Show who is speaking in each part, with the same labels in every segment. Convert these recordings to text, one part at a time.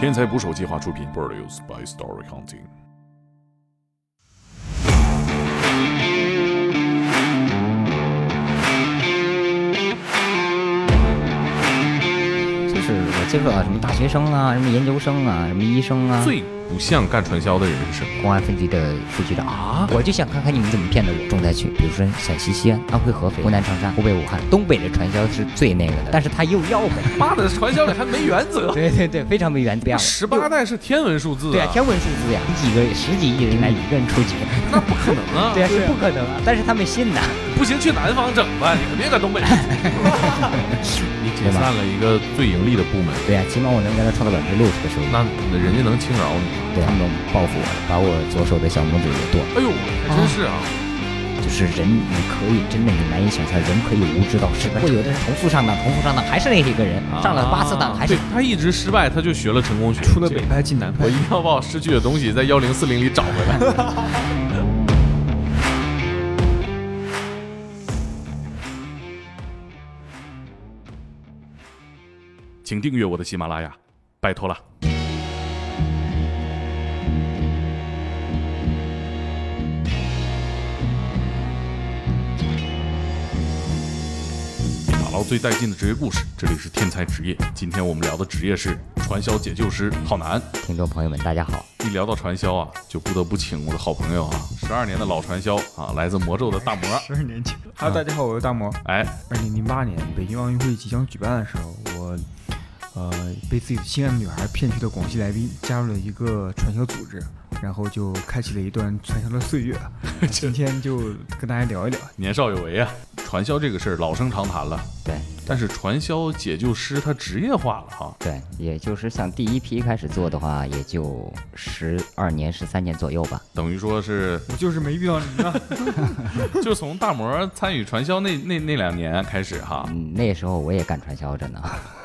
Speaker 1: 天才捕手计划出品，Produced by Story Hunting。
Speaker 2: 就是我接触到什么大学生啊，什么研究生啊，什么医生啊，
Speaker 3: 最不像干传销的人是什么？
Speaker 2: 公安分局的副局长
Speaker 3: 啊
Speaker 2: 我就想看看你们怎么骗的我。重灾区，比如说陕西西安、安徽合肥、湖南长沙、湖北武汉，东北的传销是最那个的，但是他又要本。
Speaker 3: 妈的，传销里还没原则。
Speaker 2: 对对对，非常没原则呀。
Speaker 3: 十八代是天文数字
Speaker 2: 对啊，天文数字呀，几个十几亿人来一个人 出局，
Speaker 3: 那不可能啊！
Speaker 2: 对啊，是不可能啊。但是他们信呐，
Speaker 3: 不行，去南方整吧，你可别搁东 北。你解散了一个最盈利的部门，
Speaker 2: 对啊，起码我能给他创造百分之六十的收益。
Speaker 3: 那人家能轻饶你吗？
Speaker 2: 对他们报复我了，把我左手的小拇指给剁了。
Speaker 3: 哎呦，还真是啊！
Speaker 2: 就是人，你可以真的你难以想象，人可以无知到失败。会有的人重复上当，重复上当，还是那一个人，上了八次当，还是
Speaker 3: 对他一直失败，他就学了成功学，啊出了北派进南派。我一定要把我失去的东西在幺零四零里找回来。
Speaker 1: 请订阅我的喜马拉雅，拜托了。打捞最带劲的职业故事，这里是天才职业。今天我们聊的职业是传销解救师浩南。
Speaker 2: 听众朋友们，大家好，
Speaker 1: 一聊到传销啊，就不得不请我的好朋友啊，十二年的老传销啊，来自魔咒的大魔。
Speaker 4: 十二年前。Hello，大家好，我是大魔。
Speaker 1: 哎，
Speaker 4: 二零零八年北京奥运会即将举办的时候，我呃被自己的心爱的女孩骗去的广西来宾，加入了一个传销组织，然后就开启了一段传销的岁 月。今天就跟大家聊一聊，
Speaker 1: 年少有为啊，传销这个事儿老生常谈了，
Speaker 2: 对
Speaker 1: 但是传销解救师他职业化了哈。
Speaker 2: 对，也就是像第一批开始做的话，也就十二年、十三年左右吧。
Speaker 1: 等于说 是，
Speaker 4: 我就是没遇到你呢。
Speaker 1: 就从大魔参与传销那那那两年开始哈，
Speaker 2: 嗯，那时候我也干传销着 呢。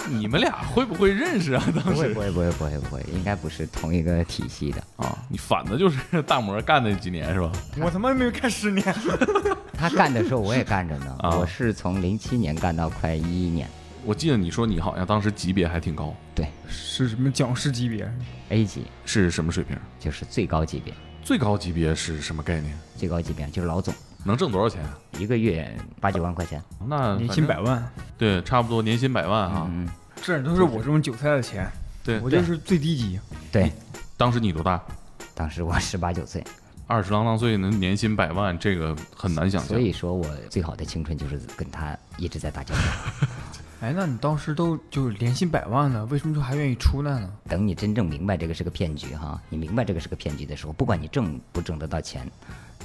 Speaker 1: 你们俩会不会认识啊？
Speaker 2: 不
Speaker 1: 当
Speaker 2: 会
Speaker 1: 时
Speaker 2: 不会不会不会不会，应该不是同一个体系 的。
Speaker 1: 啊，你反的就是大魔干那几年是吧？
Speaker 4: 我他妈没有干十年，
Speaker 2: 他干的时候我也干着呢，
Speaker 1: 啊
Speaker 2: 我是从零七年干到快一一年，
Speaker 1: 我记得你说你好像当时级别还挺高，
Speaker 2: 对
Speaker 4: 是什么讲师级别？
Speaker 2: A 级
Speaker 1: 是什么水平？
Speaker 2: 就是最高级别，
Speaker 1: 最高级别是什么概念？
Speaker 2: 最高级别就是老总，
Speaker 1: 能挣多少钱啊？
Speaker 2: 一个月八九万块钱。
Speaker 1: 那
Speaker 4: 年
Speaker 1: 反
Speaker 4: 薪
Speaker 1: 正
Speaker 4: 百万，
Speaker 1: 对，差不多年薪百万哈。
Speaker 2: 嗯，
Speaker 4: 这都是我这种韭菜的钱，
Speaker 1: 对
Speaker 4: 我，就是最低级。
Speaker 2: 对，
Speaker 1: 当时你多大？
Speaker 2: 当时我十八九岁，
Speaker 1: 二十郎当岁能年薪百万，这个很难想象
Speaker 2: 所。以说我最好的青春就是跟他一直在打交道。
Speaker 4: 哎，那你当时都就是年薪百万了，为什么就还愿意出来呢？
Speaker 2: 等你真正明白这个是个骗局哈，你明白这个是个骗局的时候，不管你挣不挣得到钱，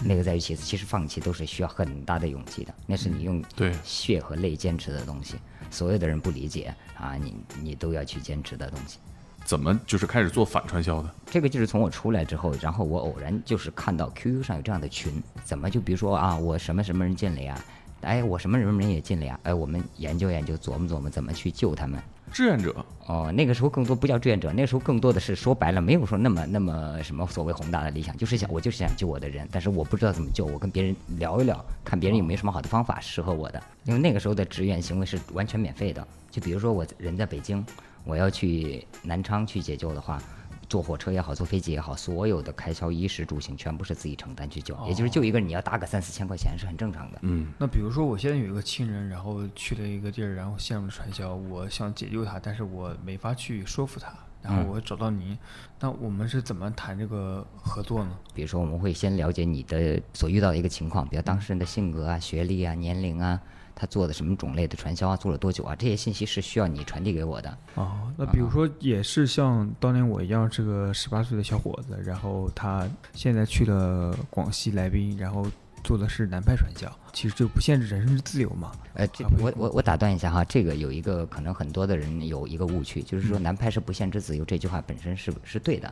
Speaker 2: 那个在于其次，其实放弃都是需要很大的勇气的，那是你用
Speaker 1: 对
Speaker 2: 血和泪坚持的东西，所有的人不理解啊，你你都要去坚持的东西。
Speaker 1: 怎么就是开始做反传销的？
Speaker 2: 这个就是从我出来之后，然后我偶然就是看到 QQ 上有这样的群，怎么就比如说啊，我什么什么人进了呀，哎，我什么什么人也进了呀，哎，我们研究研究，琢磨琢磨怎么去救他们。
Speaker 1: 志愿者
Speaker 2: 哦，那个时候更多不叫志愿者，那个时候更多的是说白了，没有说那么那么什么所谓宏大的理想，就是想我就是想救我的人，但是我不知道怎么救，我跟别人聊一聊，看别人有没有什么好的方法适合我的。因为那个时候的志愿行为是完全免费的，就比如说我人在北京，我要去南昌去解救的话。坐火车也好，坐飞机也好，所有的开销、衣食住行全部是自己承担去救，也就是救一个人，你要打个三四千块钱是很正常的。
Speaker 1: 嗯
Speaker 4: 那比如说，我现在有一个亲人，然后去了一个地儿，然后陷入了传销，我想解救他，但是我没法去说服他，然后我找到您，那我们是怎么谈这个合作呢？
Speaker 2: 比如说，我们会先了解你的所遇到的一个情况，比如
Speaker 4: 嗯
Speaker 2: 当事人的性格啊、学历啊、年龄啊，他做的什么种类的传销啊，做了多久啊，这些信息是需要你传递给我的。
Speaker 4: 哦，那比如说也是像当年我一样，这个十八岁的小伙子，然后他现在去了广西来宾，然后做的是南派传销，其实就不限制人身自由嘛。
Speaker 2: 呃，这
Speaker 4: 啊不
Speaker 2: 我我我打断一下哈，这个有一个可能很多的人有一个误区，就是说南派是不限制自由这句话本身是是对的，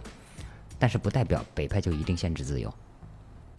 Speaker 2: 但是不代表北派就一定限制自由。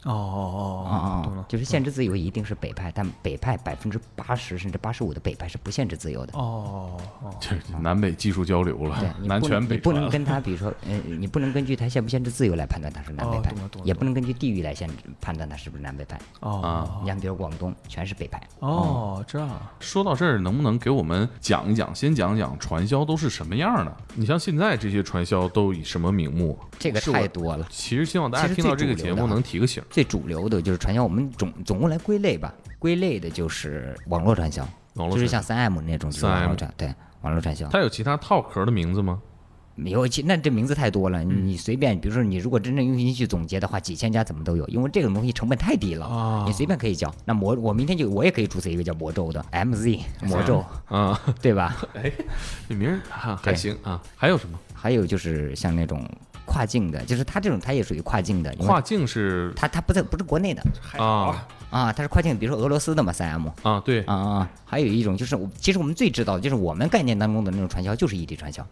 Speaker 4: 哦哦
Speaker 1: 啊
Speaker 4: 哦，懂了，
Speaker 2: 就是限制自由一定是北派，但北派百分之八十甚至八十五的北派是不限制自由的。
Speaker 4: 哦哦
Speaker 1: 这南北技术交流
Speaker 2: 对
Speaker 1: 了，，
Speaker 2: 你
Speaker 1: 南
Speaker 2: 不能
Speaker 1: 拳北
Speaker 2: 你不
Speaker 1: 传
Speaker 2: 能
Speaker 1: 了。
Speaker 2: 跟他，比如说，呃，你不能根据他限不限制自由来判断他是南北
Speaker 4: 哦
Speaker 2: 派
Speaker 4: 懂了懂，了
Speaker 2: 也不能根据地域来限制判断他是不是南北派。
Speaker 4: 哦
Speaker 1: 啊
Speaker 2: 你像比如广东全是北派，
Speaker 4: 哦，这样
Speaker 1: 说到这儿，能不能给我们讲一讲？先讲讲传销都是什么样的？你像现在这些传销都以什么名目？
Speaker 2: 这个
Speaker 1: 是我
Speaker 2: 太多了。
Speaker 1: 其实希望大家
Speaker 2: 其实
Speaker 1: 听到这
Speaker 2: 最
Speaker 1: 个
Speaker 2: 主
Speaker 1: 节
Speaker 2: 流的
Speaker 1: 目
Speaker 2: 啊
Speaker 1: 能提个醒。
Speaker 2: 最主流的就是传销，我们总总共来归类吧，归类的就是网络传销，
Speaker 1: 网络
Speaker 2: 就
Speaker 1: 传
Speaker 2: 是
Speaker 1: 销
Speaker 2: 像三 M 那种，就是网络传对网络传销。
Speaker 1: 它有其他套壳的名字吗？
Speaker 2: 有其那这名字太多了，
Speaker 1: 嗯
Speaker 2: 你随便，比如说你如果真正用心去总结的话，几千家怎么都有，因为这种东西成本太低了，
Speaker 1: 哦
Speaker 2: 你随便可以叫。那魔，我明天就我也可以注册一个叫魔咒的 MZ 魔咒，
Speaker 1: 啊，
Speaker 2: 对吧？
Speaker 1: 这名儿哈还
Speaker 2: 对
Speaker 1: 行啊。还有什么？
Speaker 2: 还有就是像那种跨境的，就是它这种它也属于跨境的，因为
Speaker 1: 跨境是
Speaker 2: 它它不在不是国内的
Speaker 1: 啊
Speaker 2: 啊，它是跨境，比如说俄罗斯的嘛，三 M
Speaker 1: 啊，对
Speaker 2: 啊啊，还有一种就是我其实我们最知道的就是我们概念当中的那种传销就是异地传销，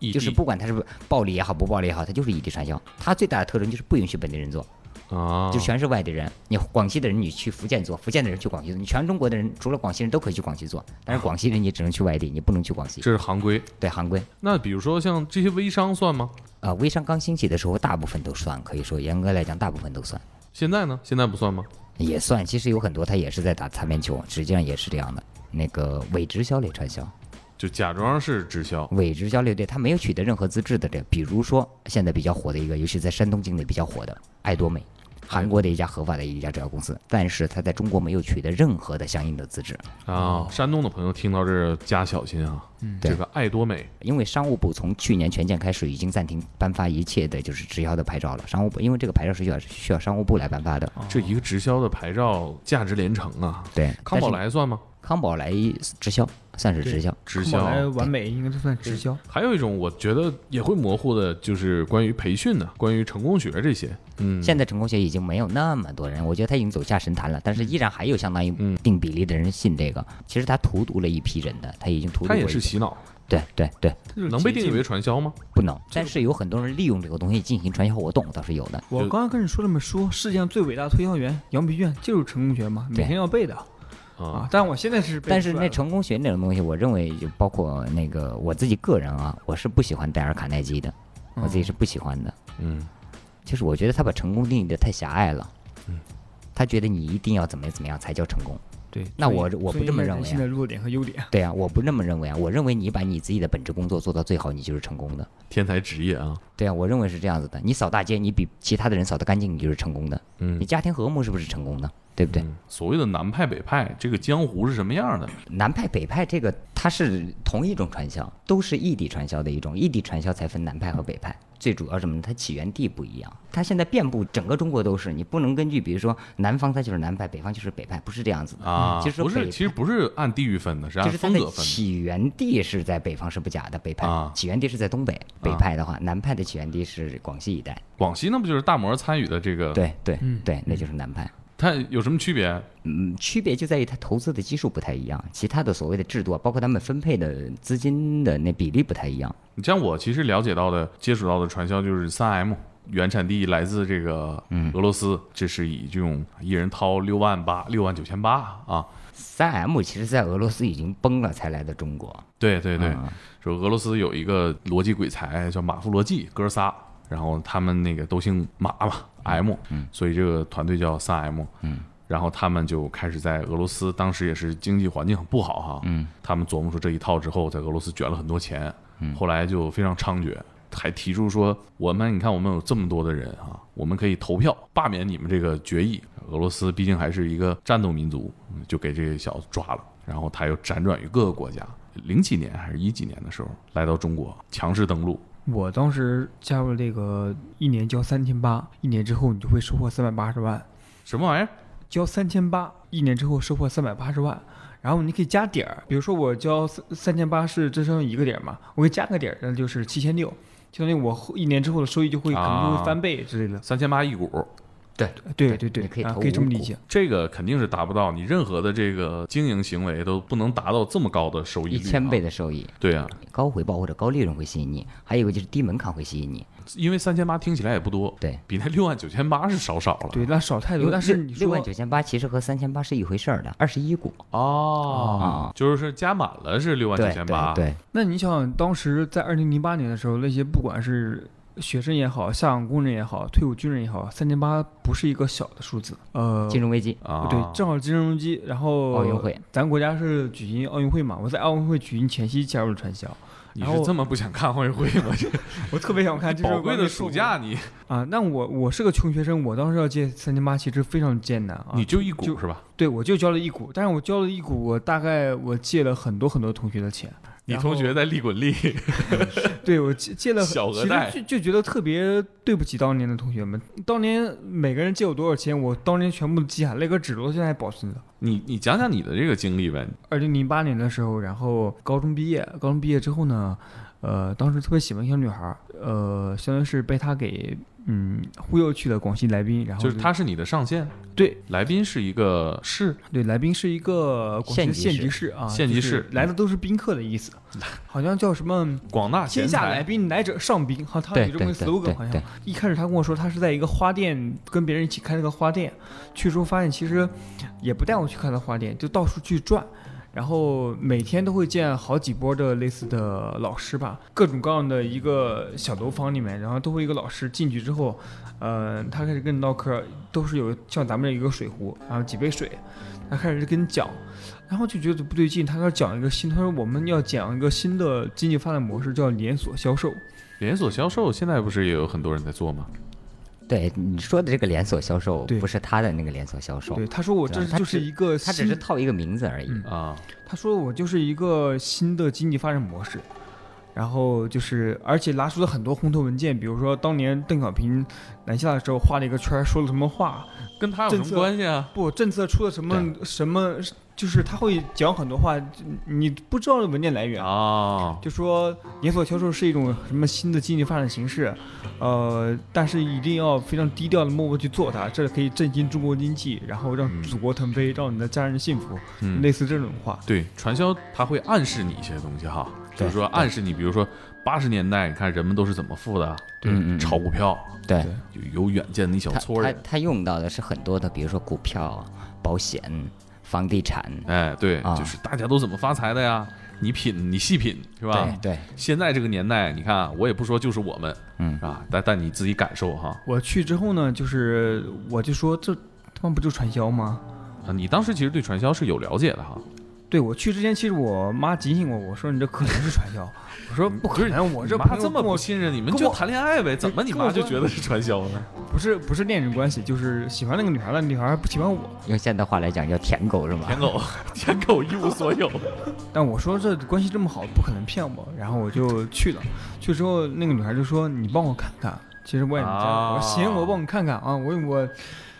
Speaker 1: 异
Speaker 2: 就是
Speaker 1: 地
Speaker 2: 不管它是不是暴力也好，不暴力也好，它就是异地传销，它最大的特征就是不允许本地人做。
Speaker 1: 啊，
Speaker 2: 就全是外地人。你广西的人你去福建做，福建的人去广西做，你全中国的人除了广西人都可以去广西做，
Speaker 1: 啊
Speaker 2: 但是广西人你只能去外地，你不能去广西。
Speaker 1: 这是行规。
Speaker 2: 对，行规。
Speaker 1: 那比如说像这些微商算吗？
Speaker 2: 啊，微商刚兴起的时候，大部分都算，可以说严格来讲，大部分都算，
Speaker 1: 现在呢？现在不算吗？
Speaker 2: 也算。其实有很多他也是在打擦边球，实际上也是这样的。那个伪直销类传销，
Speaker 1: 就假装是直销
Speaker 2: 伪直销类对他没有取得任何资质的这，比如说现在比较火的一个，尤其在山东境内比较火的爱多美，韩国的一家合法的一家直销公司，但是他在中国没有取得任何的相应的资质。
Speaker 1: 啊。山东的朋友听到这儿加小心啊，这
Speaker 2: 哦嗯对
Speaker 1: 个爱多美
Speaker 2: 因为商务部从去年全建开始已经暂停颁发一切的就是直销的牌照了。商务部因为这个牌照是需要需要商务部来颁发的，
Speaker 1: 这一个直销的牌照价值连城啊。
Speaker 2: 对。
Speaker 1: 康宝
Speaker 2: 哦但是
Speaker 1: 莱算吗？
Speaker 2: 康宝莱直销算是直销，
Speaker 1: 直
Speaker 4: 康宝莱
Speaker 1: 销。
Speaker 4: 完美应该都算直销。
Speaker 1: 还有一种我觉得也会模糊的，就是关于培训的，关于成功学这些。嗯，
Speaker 2: 现在成功学已经没有那么多人，我觉得他已经走下神坛了，但是依然还有相当于
Speaker 1: 嗯
Speaker 2: 一定比例的人信这个。其实他荼毒了一批人的，他已经荼
Speaker 1: 它
Speaker 2: 毒过
Speaker 1: 也
Speaker 2: 一
Speaker 1: 是
Speaker 2: 批
Speaker 1: 洗脑，
Speaker 2: 对对对，
Speaker 1: 能被定义为传销吗？
Speaker 2: 不能。但是有很多人利用这个东西进行传销活动，倒是有的。
Speaker 4: 我刚刚跟你说了嘛，说世界上最伟大的推销员杨培卷就是成功学嘛，每
Speaker 2: 对
Speaker 4: 天要背的
Speaker 1: 啊
Speaker 4: 啊。但我现在是背不
Speaker 2: 但是
Speaker 4: 出来
Speaker 2: 那
Speaker 4: 了
Speaker 2: 成功学那种东西，我认为就包括那个我自己个人啊，我是不喜欢戴尔卡耐基的，我自己是不喜欢的。
Speaker 1: 嗯，
Speaker 2: 就是我觉得他把成功定义的太狭隘了，他觉得你一定要怎么怎么样才叫成功。
Speaker 4: 对，
Speaker 2: 那
Speaker 4: 所以
Speaker 2: 我我不
Speaker 4: 所以
Speaker 2: 这么
Speaker 4: 应该
Speaker 2: 认为
Speaker 4: 人
Speaker 2: 啊
Speaker 4: 性的弱点和优点，
Speaker 2: 对啊，我不那么认为啊，我认为你把你自己的本职工作做到最好，你就是成功的。
Speaker 1: 天才职业啊，
Speaker 2: 对啊，我认为是这样子的。你扫大街，你比其他的人扫得干净，你就是成功的。
Speaker 1: 嗯
Speaker 2: 你，家庭和睦是不是成功的？对不对？
Speaker 1: 嗯所谓的南派北派，这个江湖是什么样的？
Speaker 2: 南派北派这个它是同一种传销，都是异地传销的一种，异地传销才分南派和北派。最主要什么呢？它起源地不一样，它现在遍布整个中国都是，你不能根据比如说南方它就是南派，北方就是北派，不是这样子的
Speaker 1: 啊，
Speaker 2: 嗯其实说
Speaker 1: 不
Speaker 2: 北
Speaker 1: 是，
Speaker 2: 派
Speaker 1: 其实不是按地域分的，是按
Speaker 2: 就是它
Speaker 1: 风
Speaker 2: 的
Speaker 1: 格分的。
Speaker 2: 起源地是在北方是不假的，北派、
Speaker 1: 啊
Speaker 2: 起源地是在东北，北派的话，南派的起源地是广西一带，
Speaker 1: 广西那不就是大摩参与的这个？，
Speaker 2: 对对、
Speaker 4: 嗯
Speaker 2: 对，那就是南派。
Speaker 1: 它有什么区别？
Speaker 2: 嗯，区别就在于它投资的基数不太一样，其他的所谓的制度啊，包括他们分配的资金的那比例不太一样。
Speaker 1: 你像我其实了解到的、接触到的传销就是三 M，原产地来自这个俄罗斯，这是以这种一人掏六万八、六万九千八啊。
Speaker 2: 三 M 其实在俄罗斯已经崩了，才来的中国。
Speaker 1: 对对对，
Speaker 2: 啊
Speaker 1: 说俄罗斯有一个逻辑鬼才叫马夫罗季哥仨，然后他们那个都姓马嘛，M，所以这个团队叫三 M，嗯，然后他们就开始在俄罗斯，当时也是经济环境很不好哈，嗯，他们琢磨出这一套之后，在俄罗斯卷了很多钱，后来就非常猖獗。还提出说，我们你看，我们有这么多的人啊，我们可以投票罢免你们这个决议。俄罗斯毕竟还是一个战斗民族，嗯就给这小子抓了。然后他又辗转于各个国家，零几年还是一几年的时候来到中国，强势登陆。
Speaker 4: 我当时加入这个一年交三千八，一年之后你就会收获三百八十万，
Speaker 1: 什么玩意儿？
Speaker 4: 交三千八，一年之后收获三百八十万。然后你可以加点儿，比如说我交三三千八是这相当于一个点儿嘛，我给加个点儿，那就是七千六，相当于我后一年之后的收益就会可能就
Speaker 1: 啊
Speaker 4: 会翻倍之类的。
Speaker 1: 三千八一股，
Speaker 2: 对，
Speaker 4: 对对对，
Speaker 2: 你可以
Speaker 4: 啊
Speaker 2: 投
Speaker 4: 可以这么
Speaker 2: 五
Speaker 4: 理
Speaker 2: 股
Speaker 4: 解。
Speaker 1: 这个肯定是达不到，你任何的这个经营行为都不能达到这么高的收益率、
Speaker 2: 一
Speaker 1: 啊，
Speaker 2: 千倍的收益，
Speaker 1: 对啊，
Speaker 2: 高回报或者高利润会吸引你，还有一个就是低门槛会吸引你。
Speaker 1: 因为三千八听起来也不多，
Speaker 2: 对，
Speaker 1: 比那六万九千八是少少了。
Speaker 4: 对，那少
Speaker 1: 哎
Speaker 4: 太
Speaker 2: 因
Speaker 4: 多。
Speaker 2: 为
Speaker 4: 但是
Speaker 2: 六
Speaker 4: 你
Speaker 2: 六
Speaker 4: 说
Speaker 2: 万九千八其实和三千八是一回事儿的，二十一股。
Speaker 1: 哦，就是加满了是六万九
Speaker 2: 对
Speaker 1: 千
Speaker 2: 对
Speaker 1: 八，
Speaker 2: 对，
Speaker 4: 那你想想，当时在二零零八年的时候，那些不管是学生也好，下岗工人也好，退伍军人也好，三千八不是一个小的数字。呃，
Speaker 2: 金融危机、
Speaker 1: 啊，
Speaker 4: 对，正好金融危机，然后
Speaker 2: 奥运，会，
Speaker 4: 咱国家是举行奥运会嘛，我在奥运会举行前夕加入了传销，
Speaker 1: 你
Speaker 4: 然后
Speaker 1: 是这么不想看奥运会吗？这
Speaker 4: 我特别想看，就 是
Speaker 1: 宝贵
Speaker 4: 完
Speaker 1: 的
Speaker 4: 全
Speaker 1: 暑
Speaker 4: 错过
Speaker 1: 假你
Speaker 4: 啊。那我我是个穷学生，我当时要借三千八其实非常艰难啊。
Speaker 1: 你就一股
Speaker 4: 就是
Speaker 1: 吧？
Speaker 4: 对我就交了一股，但是我交了一股，我大概我借了很多很多同学的钱。
Speaker 1: 你
Speaker 4: 然
Speaker 1: 同
Speaker 4: 后
Speaker 1: 学在利滚利，
Speaker 4: 对我借借了很
Speaker 1: 小额
Speaker 4: 其实
Speaker 1: 贷
Speaker 4: 就就觉得特别对不起当年的同学们。当年每个人借我多少钱，我当年全部记下，那个纸都现在还保存着。
Speaker 1: 你你讲讲你的这个经历呗。
Speaker 4: 二零零八年的时候，然后高中毕业，高中毕业之后呢，呃，当时特别喜欢一个小女孩儿，呃，相当于是被她给嗯忽悠去了广西来宾，然后
Speaker 1: 就是他是你的上线，
Speaker 4: 对
Speaker 1: 来宾是一个市，
Speaker 4: 对，来宾是一个广西的
Speaker 2: 县
Speaker 4: 县
Speaker 2: 级市
Speaker 4: 级市啊，
Speaker 1: 县级
Speaker 4: 就是
Speaker 1: 市
Speaker 4: 来的都是宾客的 意思，好像叫什么。
Speaker 1: 广大
Speaker 4: 天
Speaker 1: 贤
Speaker 4: 下来
Speaker 1: 才，
Speaker 4: 宾来者上宾，好，啊他有
Speaker 2: 对
Speaker 4: 这么个
Speaker 2: 对对
Speaker 4: slogan，
Speaker 2: 对
Speaker 4: 好像
Speaker 2: 对
Speaker 4: 一开始他跟我说他是在一个花店跟别人一起开了个花店，去之后发现其实也不带我去看他花店，就到处去转，然后每天都会见好几波的类似的呃老师吧，各种各样的一个小楼房里面，然后都会一个老师进去之后，呃，他开始跟你唠嗑，都是有像咱们这一个水壶，然后几杯水，他开始跟你讲。然后就觉得不对劲，他要讲一个新，他呃说我们要讲一个新的经济发展模式，叫连锁销售。
Speaker 1: 连锁销售现在不是也有很多人在做吗？
Speaker 2: 对你说的这个连锁销售，
Speaker 4: 对
Speaker 2: 不是他的那个连锁销售
Speaker 4: 对，，他说我这
Speaker 2: 对他
Speaker 4: 就是
Speaker 2: 只
Speaker 4: 一个
Speaker 2: 他只
Speaker 4: 新
Speaker 2: 是套一个名字而已。
Speaker 4: 嗯
Speaker 1: 啊，
Speaker 4: 他说我就是一个新的经济发展模式，然后就是而且拿出了很多红头文件，比如说当年邓小平南下的时候画了一个圈儿，说了什么话，
Speaker 1: 跟他有
Speaker 4: 政
Speaker 1: 什么
Speaker 4: 策
Speaker 1: 关系啊？
Speaker 4: 不政策出了什么什么，就是他会讲很多话，你不知道文件来源。
Speaker 1: 啊，
Speaker 4: 就说连锁销售是一种什么新的经济发展形式，呃，但是一定要非常低调的默默去做它，这可以振兴中国经济，然后让
Speaker 1: 嗯
Speaker 4: 祖国腾飞，让你的家人幸福，
Speaker 1: 嗯
Speaker 4: 类似这种话。
Speaker 1: 对，传销它会暗示你一些东西哈，就
Speaker 2: 对
Speaker 1: 是说暗示你，比如说八十年代，你看人们都是怎么富的啊，
Speaker 2: 嗯嗯嗯
Speaker 1: 炒股票，
Speaker 2: 对
Speaker 4: 对，
Speaker 1: 有有远见的一小
Speaker 2: 他
Speaker 1: 撮
Speaker 2: 他
Speaker 1: 人，
Speaker 2: 他用到的是很多的，比如说股票、保险、房地产，
Speaker 1: 哎，对，
Speaker 2: 啊
Speaker 1: 就是大家都怎么发财的呀？你品，你细品，是吧？
Speaker 2: 对对，
Speaker 1: 现在这个年代，你看啊我也不说就是我们，
Speaker 2: 嗯
Speaker 1: 啊，但但你自己感受哈。
Speaker 4: 我去之后呢，就是我就说这他妈不就传销吗？
Speaker 1: 啊你当时其实对传销是有了解的哈，
Speaker 4: 对我去之前，其实我妈警醒我，我说你这可能是传销，我说嗯不可能，我
Speaker 1: 你
Speaker 4: 这
Speaker 1: 妈
Speaker 4: 朋友
Speaker 1: 这么
Speaker 4: 跟我
Speaker 1: 不信任你们
Speaker 4: 跟
Speaker 1: 就
Speaker 4: 我
Speaker 1: 谈恋爱呗？怎么你
Speaker 4: 跟我
Speaker 1: 妈就
Speaker 4: 说
Speaker 1: 觉得是传销 呢？
Speaker 4: 不是不是恋人关系，就是喜欢那个女孩了，女孩不喜欢我，
Speaker 2: 用现代话来讲叫舔狗是吗？
Speaker 1: 舔 狗，舔狗一无所有。
Speaker 4: 但我说这关系这么好，不可能骗我，然后我就去了。去之后，那个女孩就说：“你帮我看看。”其实我也没加入，
Speaker 1: 啊
Speaker 4: 我说：“行，我帮你看看啊。我”我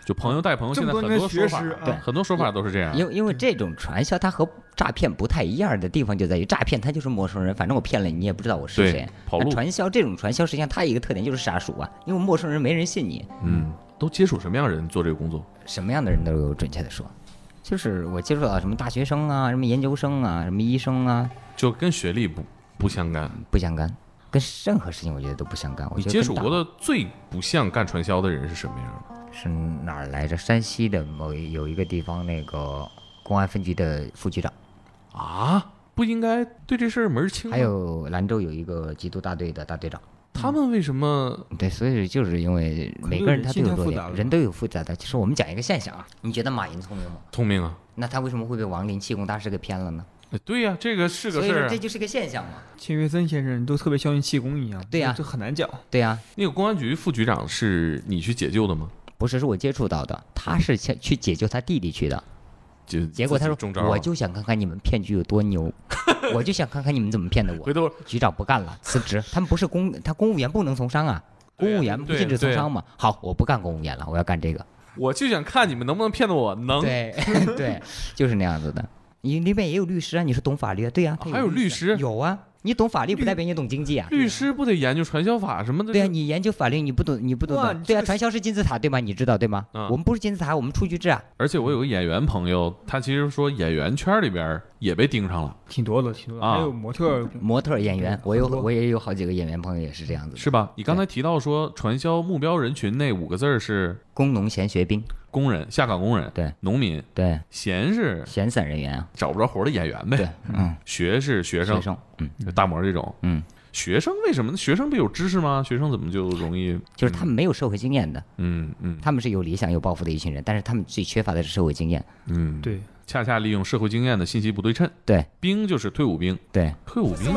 Speaker 1: 就朋友带朋友，
Speaker 4: 这
Speaker 1: 现
Speaker 4: 么
Speaker 1: 在很
Speaker 4: 多年
Speaker 1: 多
Speaker 4: 的
Speaker 1: 说
Speaker 4: 学
Speaker 1: 法
Speaker 4: 识，，
Speaker 2: 对
Speaker 4: 啊，
Speaker 1: 很多说法都是这样。
Speaker 2: 因为因为这种传销，它和诈骗不太一样的地方就在于，诈骗它就是陌生人，反正我骗了你，你也不知道我是
Speaker 1: 对
Speaker 2: 谁。
Speaker 1: 跑
Speaker 2: 那
Speaker 1: 路
Speaker 2: 传销这种传销，实际上它一个特点就是杀熟啊，因为陌生人没人信你。
Speaker 1: 嗯，都接触什么样的人做这个工作？
Speaker 2: 什么样的人都有，准确的说，就是我接触到什么大学生啊，什么研究生啊，什么医生啊，
Speaker 1: 就跟学历不不相干。
Speaker 2: 不相干，跟任何事情我觉得都不相干。我
Speaker 1: 你
Speaker 2: 觉得
Speaker 1: 接
Speaker 2: 跟
Speaker 1: 触
Speaker 2: 党
Speaker 1: 过的最不像干传销的人是什么样的？
Speaker 2: 是哪儿来着？山西的某一有一个地方，那个公安分局的副局长，
Speaker 1: 啊，不应该对这事儿门儿清吗？
Speaker 2: 还有嗯兰州有一个缉毒大队的大队长。
Speaker 1: 他们为什么
Speaker 2: 对，所以就是因为每
Speaker 4: 能
Speaker 2: 个
Speaker 4: 人
Speaker 2: 人他都
Speaker 4: 性
Speaker 2: 有
Speaker 4: 太
Speaker 2: 弱
Speaker 4: 复
Speaker 2: 点
Speaker 4: 杂，了
Speaker 2: 人都有复杂的。其实我们讲一个现象啊，你觉得马云聪明吗？
Speaker 1: 聪明啊？
Speaker 2: 那他为什么会被王林气功大师给骗了呢？
Speaker 1: 哎对呀、这个是个
Speaker 2: 所以
Speaker 1: 事儿
Speaker 2: 说
Speaker 1: 啊
Speaker 2: 这。就是个现象嘛。
Speaker 4: 钱学森先生都特别相信气功一样。
Speaker 2: 对呀
Speaker 4: 这很难讲。
Speaker 2: 对呀、
Speaker 1: 那个公安局副局长是你去解救的吗？
Speaker 2: 不是是我接触到的，他是先去解救他弟弟去的，
Speaker 1: 结
Speaker 2: 结果他说
Speaker 1: 中招了，啊
Speaker 2: 我就想看看你们骗局有多 牛，我就想看看你们怎么骗的我
Speaker 1: 回。头
Speaker 2: 局长不干了，辞职。他们不是公，他公务员不能从商啊，
Speaker 1: 对呀
Speaker 2: 公务员不
Speaker 1: 对呀
Speaker 2: 禁止
Speaker 1: 对
Speaker 2: 从
Speaker 1: 呀
Speaker 2: 商嘛。好，我不干公务员了，我要干这个。
Speaker 1: 我就想看你们能不能骗到我，能。
Speaker 2: 对 对，就是那样子的。你那边也有律师啊？你说懂法律啊？对呀、
Speaker 1: 啊
Speaker 2: 他
Speaker 1: 还有律师
Speaker 2: 有啊，你懂法律不代表你懂经济啊。
Speaker 1: 律师不得研究传销法什么的？
Speaker 2: 对啊，你研究法律，你不懂，你不懂
Speaker 4: 哇
Speaker 2: 的。
Speaker 4: 你
Speaker 2: 对啊，
Speaker 4: 这个
Speaker 2: 传销是金字塔，对吗？你知道对吗？
Speaker 1: 嗯
Speaker 2: 我们不是金字塔，我们出局制啊。
Speaker 1: 而且我有个演员朋友，他其实说演员圈里边也被盯上了，
Speaker 4: 挺多的，挺多的，
Speaker 1: 啊
Speaker 4: 还有模特儿，
Speaker 2: 模特儿演员，我有
Speaker 4: 很多
Speaker 2: 我也有好几个演员朋友也是这样子的，
Speaker 1: 是吧？你刚才提到说传销目标人群那五个字儿是
Speaker 2: 工农闲学兵，
Speaker 1: 工人、下岗工人、
Speaker 2: 对
Speaker 1: 农民，
Speaker 2: 对，
Speaker 1: 闲是
Speaker 2: 闲散人员啊，
Speaker 1: 找不着活的演员
Speaker 2: 对
Speaker 1: 呗，，
Speaker 2: 嗯，
Speaker 1: 学是哎学
Speaker 2: 学
Speaker 1: 生，
Speaker 2: 生，嗯，
Speaker 1: 就大魔这种，
Speaker 2: 嗯，
Speaker 1: 学生为什么呢？学生不有知识吗？学生怎么就容易？
Speaker 2: 就是他们没有社会经验的，
Speaker 1: 嗯嗯
Speaker 2: 他们是有理想有抱负的一群人，但是他们最缺乏的是社会经验，
Speaker 1: 嗯，，
Speaker 4: 对，
Speaker 1: 恰恰利用社会经验的信息不对称，
Speaker 2: 对
Speaker 1: 兵就是退伍兵，
Speaker 2: 对，
Speaker 1: 退伍兵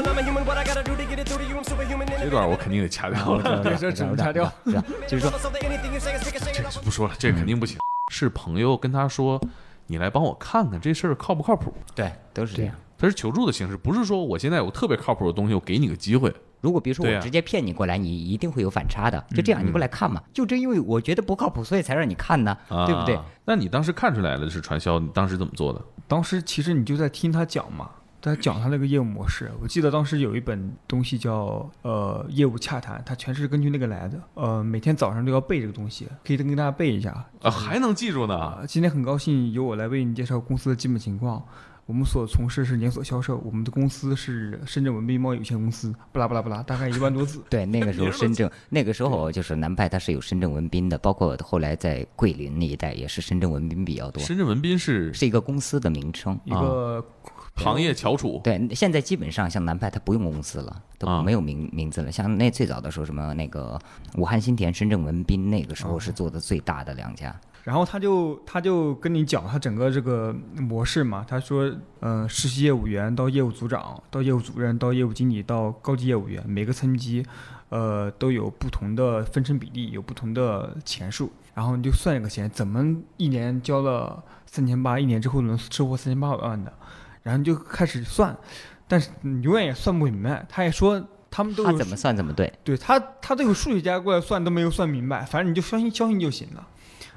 Speaker 1: 这段我肯定得掐掉了，
Speaker 2: 对，
Speaker 4: 这只能掐掉，
Speaker 2: 是吧？就是说，
Speaker 1: 不说了，这肯定不行。是朋友跟他说，你来帮我看看这事儿靠不靠谱。
Speaker 2: 对，都是这样。
Speaker 1: 他是求助的形式，不是说我现在有特别靠谱的东西，我给你个机会。
Speaker 2: 如果比如说
Speaker 1: 对
Speaker 2: 我
Speaker 1: 啊
Speaker 2: 直接骗你过来，你一定会有反差的。就这样，你过来看嘛。就正因为我觉得不靠谱，所以才让你看呢，对不对。
Speaker 1: 啊？？那你当时看出来了是传销，你当时怎么做的？
Speaker 4: 当时其实你就在听他讲嘛，他讲他那个业务模式。我记得当时有一本东西叫呃业务洽谈，它全是根据那个来的。呃，每天早上都要背这个东西，可以跟大家背一下。
Speaker 1: 啊，还能记住呢？
Speaker 4: 啊，今天很高兴由我来为你介绍公司的基本情况。我们所从事是连锁销售，我们的公司是深圳文斌贸易有限公司，不啦不啦不啦，大概一万多字
Speaker 2: 对，那个时候深圳，那个时候就是南派，它是有深圳文斌的，包括后来在桂林那一带也是深圳文斌比较多，
Speaker 1: 深圳文斌是
Speaker 2: 是一个公司的名称。啊
Speaker 4: 一个
Speaker 1: 啊行业翘楚，
Speaker 2: 对，现在基本上像南派，它不用公司了，
Speaker 1: 啊
Speaker 2: 都没有名名字了。像那最早的时候，什么那个武汉新田、深圳文斌，那个时
Speaker 4: 啊
Speaker 2: 候是做的最大的两家。
Speaker 4: 然后他就他就跟你讲他整个这个模式嘛，他说，呃，实习业务员到业务组长，到业务主任，到业务经理，到高级业务员，每个层级，呃，都有不同的分成比例，有不同的钱数，然后你就算这个钱，怎么一年交了三千八，一年之后能收获三千八百万的，然后你就开始算，但是你永远也算不明白。他也说他们都
Speaker 2: 他
Speaker 4: 有
Speaker 2: 怎么算怎么对，
Speaker 4: 对他，他都有数学家过来算都没有算明白，反正你就相信相信就行了。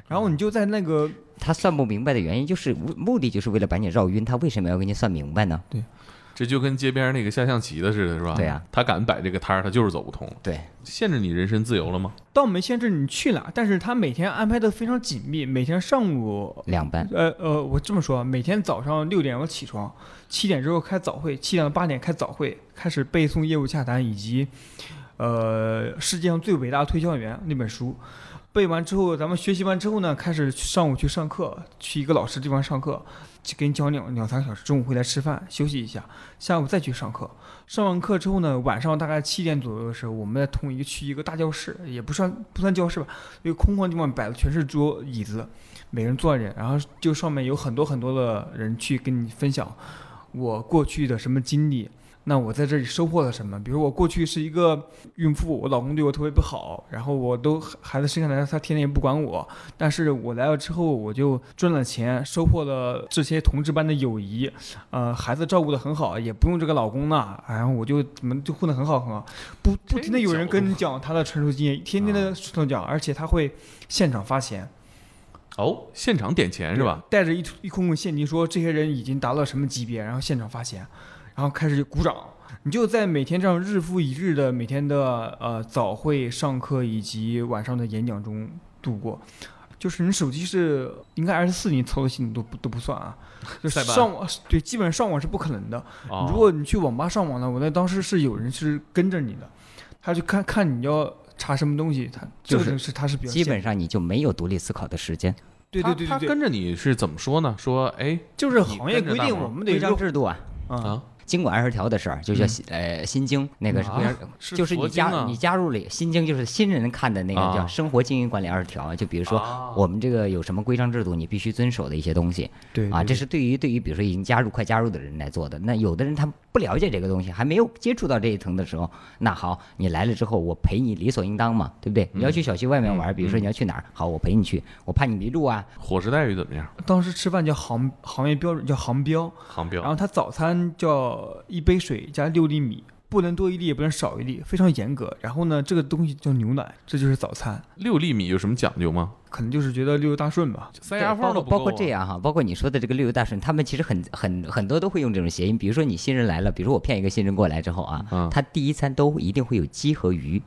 Speaker 4: 然后你就在那个
Speaker 2: 他算不明白的原因就是目目的就是为了把你绕晕，他为什么要给你算明白呢？
Speaker 1: 这就跟街边那个下象棋的似的，是吧？
Speaker 2: 对呀
Speaker 1: 他敢摆这个摊儿，他就是走不通了。
Speaker 2: 对，
Speaker 1: 限制你人身自由了吗？
Speaker 4: 倒没限制你去哪，但是他每天安排的非常紧密，每天上午，
Speaker 2: 两班。
Speaker 4: 呃呃，我这么说啊，每天早上六点我起床，七点之后开早会，七点到八点开早会，开始背诵业务洽谈以及，呃，世界上最伟大的推销员那本书。背完之后，咱们学习完之后呢，开始上午去上课，去一个老师地方上课，去给你讲两两三个小时，中午回来吃饭休息一下，下午再去上课。上完课之后呢，晚上大概七点左右的时候，我们在同一个去一个大教室，也不算不算教室吧，一个空旷地方摆的全是桌椅子，每人坐着，然后就上面有很多很多的人去跟你分享我过去的什么经历。那我在这里收获了什么？比如我过去是一个孕妇，我老公对我特别不好，然后我都孩子生下来，他天天也不管我。但是我来了之后，我就赚了钱，收获了这些同志般的友谊，呃，孩子照顾的很好，也不用这个老公了，然后我就怎么就混得很好很好，不不停的有人跟你讲他的成熟经验，天天
Speaker 1: 啊
Speaker 4: 的传授讲，而且他会现场发钱，
Speaker 1: 哦，现场点钱是吧？？
Speaker 4: 带着一一空空现金说这些人已经达到什么级别，然后现场发钱，然后开始鼓掌。你就在每天这样日复一日的每天的呃早会、上课以及晚上的演讲中度过。就是你手机是应该二十四，你操作系统都不都不算啊，就
Speaker 1: 塞班
Speaker 4: 上网对，基本上上网是不可能的。
Speaker 1: 哦
Speaker 4: 如果你去网吧上网呢，我那当时是有人是跟着你的，他就看看你要查什么东西，他这
Speaker 2: 就是
Speaker 4: 个是他是比较
Speaker 2: 基
Speaker 4: 限
Speaker 2: 本上你就没有独立思考的时间，
Speaker 4: 对对
Speaker 1: 他
Speaker 4: 对对
Speaker 1: 他
Speaker 4: 对，
Speaker 1: 跟着你是怎么说呢？说哎
Speaker 4: 就是行业
Speaker 1: 你跟着
Speaker 4: 规
Speaker 1: 大
Speaker 4: 定，
Speaker 1: 伙儿
Speaker 4: 我们得
Speaker 2: 规章
Speaker 4: 用嗯
Speaker 2: 制度啊，
Speaker 4: 啊
Speaker 1: 啊，
Speaker 2: 经管二十条的事儿，就叫新呃《心经》那个是规章，
Speaker 1: 是
Speaker 2: 就是
Speaker 1: 佛
Speaker 2: 你
Speaker 1: 经
Speaker 2: 加
Speaker 1: 啊
Speaker 2: 你加入了《心经》，就是新人看的那个叫
Speaker 1: 啊
Speaker 2: 《生活经营管理二十条》，就比如说
Speaker 1: 啊
Speaker 2: 我们这个有什么规章制度，你必须遵守的一些东西
Speaker 4: 对
Speaker 2: 啊，
Speaker 4: 对
Speaker 2: 这是对于对于比如说已经加入快加入的人来做的。那有的人他不了解这个东西，还没有接触到这一层的时候，那好，你来了之后我陪你理所应当嘛，对不对？你要去小区外面玩，比如说你要去哪儿，好，我陪你去，我怕你迷路啊，
Speaker 1: 伙食待遇怎么样？
Speaker 4: 当时吃饭叫行行业标准叫行标，
Speaker 1: 航
Speaker 4: 然
Speaker 1: 标
Speaker 4: 后他早餐叫一杯水加六粒米，不能多一粒，也不能少一粒，非常严格。然后呢，这个东西叫牛奶，这就是早餐，
Speaker 1: 六粒米有什么讲究吗？
Speaker 4: 可能就是觉得六六大顺吧。
Speaker 1: 塞牙缝
Speaker 2: 包
Speaker 1: 都
Speaker 2: 括
Speaker 1: 不够啊
Speaker 2: 包括这样哈，包括你说的这个六六大顺，他们其实很很很多都会用这种谐音。比如说你新人来了，比如说我骗一个新人过来之后啊，
Speaker 1: 嗯
Speaker 2: 他第一餐都一定会有鸡和鱼。